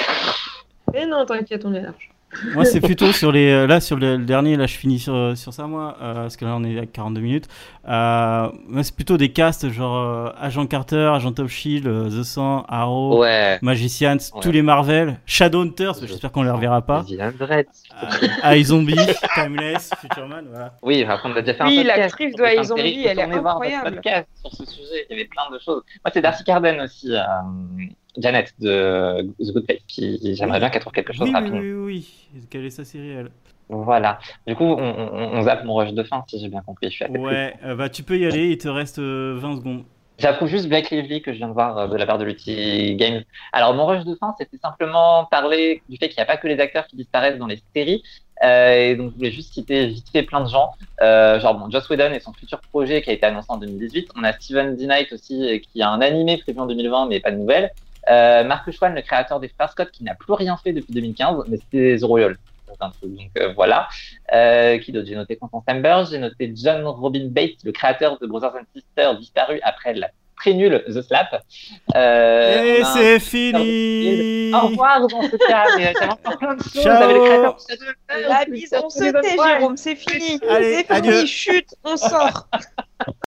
[SPEAKER 2] Mais non, t'inquiète, on est large.
[SPEAKER 1] Moi, c'est plutôt sur les. euh, Là, sur le, le dernier, là, je finis sur, sur ça, moi, euh, parce que là, on est à 42 minutes. Euh, moi, c'est plutôt des castes genre euh, Agent Carter, Agent of Shield, euh, The Sun, Arrow,
[SPEAKER 3] Ouais.
[SPEAKER 1] Magicians, tous
[SPEAKER 3] Ouais.
[SPEAKER 1] les Marvel, Shadowhunters, j'espère qu'on les reverra pas.
[SPEAKER 3] Vilain Dredd.
[SPEAKER 1] Euh, Eye Zombie, Timeless, Futureman, voilà.
[SPEAKER 3] Oui, après, on a déjà fait
[SPEAKER 2] Oui,
[SPEAKER 3] un podcast.
[SPEAKER 2] l'actrice
[SPEAKER 3] sur
[SPEAKER 2] de
[SPEAKER 3] les fins
[SPEAKER 2] Eyes on
[SPEAKER 3] séries.
[SPEAKER 2] Me, elle est
[SPEAKER 3] Retournez voir notre
[SPEAKER 2] incroyable.
[SPEAKER 3] podcast sur ce sujet, il y avait plein de choses. Moi, c'est Darcy Carden aussi, euh, Janet de The Good Place, qui j'aimerais bien qu'elle trouve quelque chose
[SPEAKER 1] Oui, oui,
[SPEAKER 3] rapidement.
[SPEAKER 1] oui, oui, oui. Quelle est sa série, elle
[SPEAKER 3] Voilà. Du coup, on, on, on zappe mon rush de fin, si j'ai bien compris. Je suis assez triste.
[SPEAKER 1] Ouais, euh, bah, tu peux y aller, il te reste euh, 20 secondes.
[SPEAKER 3] J'approuve juste Blake Lively que je viens de voir euh, de la part de l'outil Games. Alors, mon rush de fin, c'était simplement parler du fait qu'il n'y a pas que les acteurs qui disparaissent dans les séries. Euh, et donc, je voulais juste citer vite fait plein de gens. Euh, genre, bon, Joss Whedon et son futur projet qui a été annoncé en 2018. On a Steven D. Knight aussi, euh, qui a un animé prévu en 2020, mais pas de nouvelles. Euh, Marc Schwann, le créateur des Frères Scott, qui n'a plus rien fait depuis 2015, mais c'était The Royal. C'est un truc, Donc euh, voilà. Euh, qui d'autre J'ai noté Constance Amber, j'ai noté John Robin Bates, le créateur de Brothers and Sisters, disparu après la très nulle The Slap. Euh,
[SPEAKER 1] Et
[SPEAKER 3] on a un-
[SPEAKER 1] c'est fini
[SPEAKER 3] Au revoir dans ce cas, mais ça manque encore euh, plein de choses.
[SPEAKER 1] Ciao.
[SPEAKER 3] Avec le créateur de Shadowhunters,
[SPEAKER 2] La bise, on se
[SPEAKER 3] Shadowhunters.
[SPEAKER 2] tait, Jérôme, c'est fini.
[SPEAKER 1] Allez,
[SPEAKER 2] C'est fini,
[SPEAKER 1] adieu.
[SPEAKER 2] chute, on sort.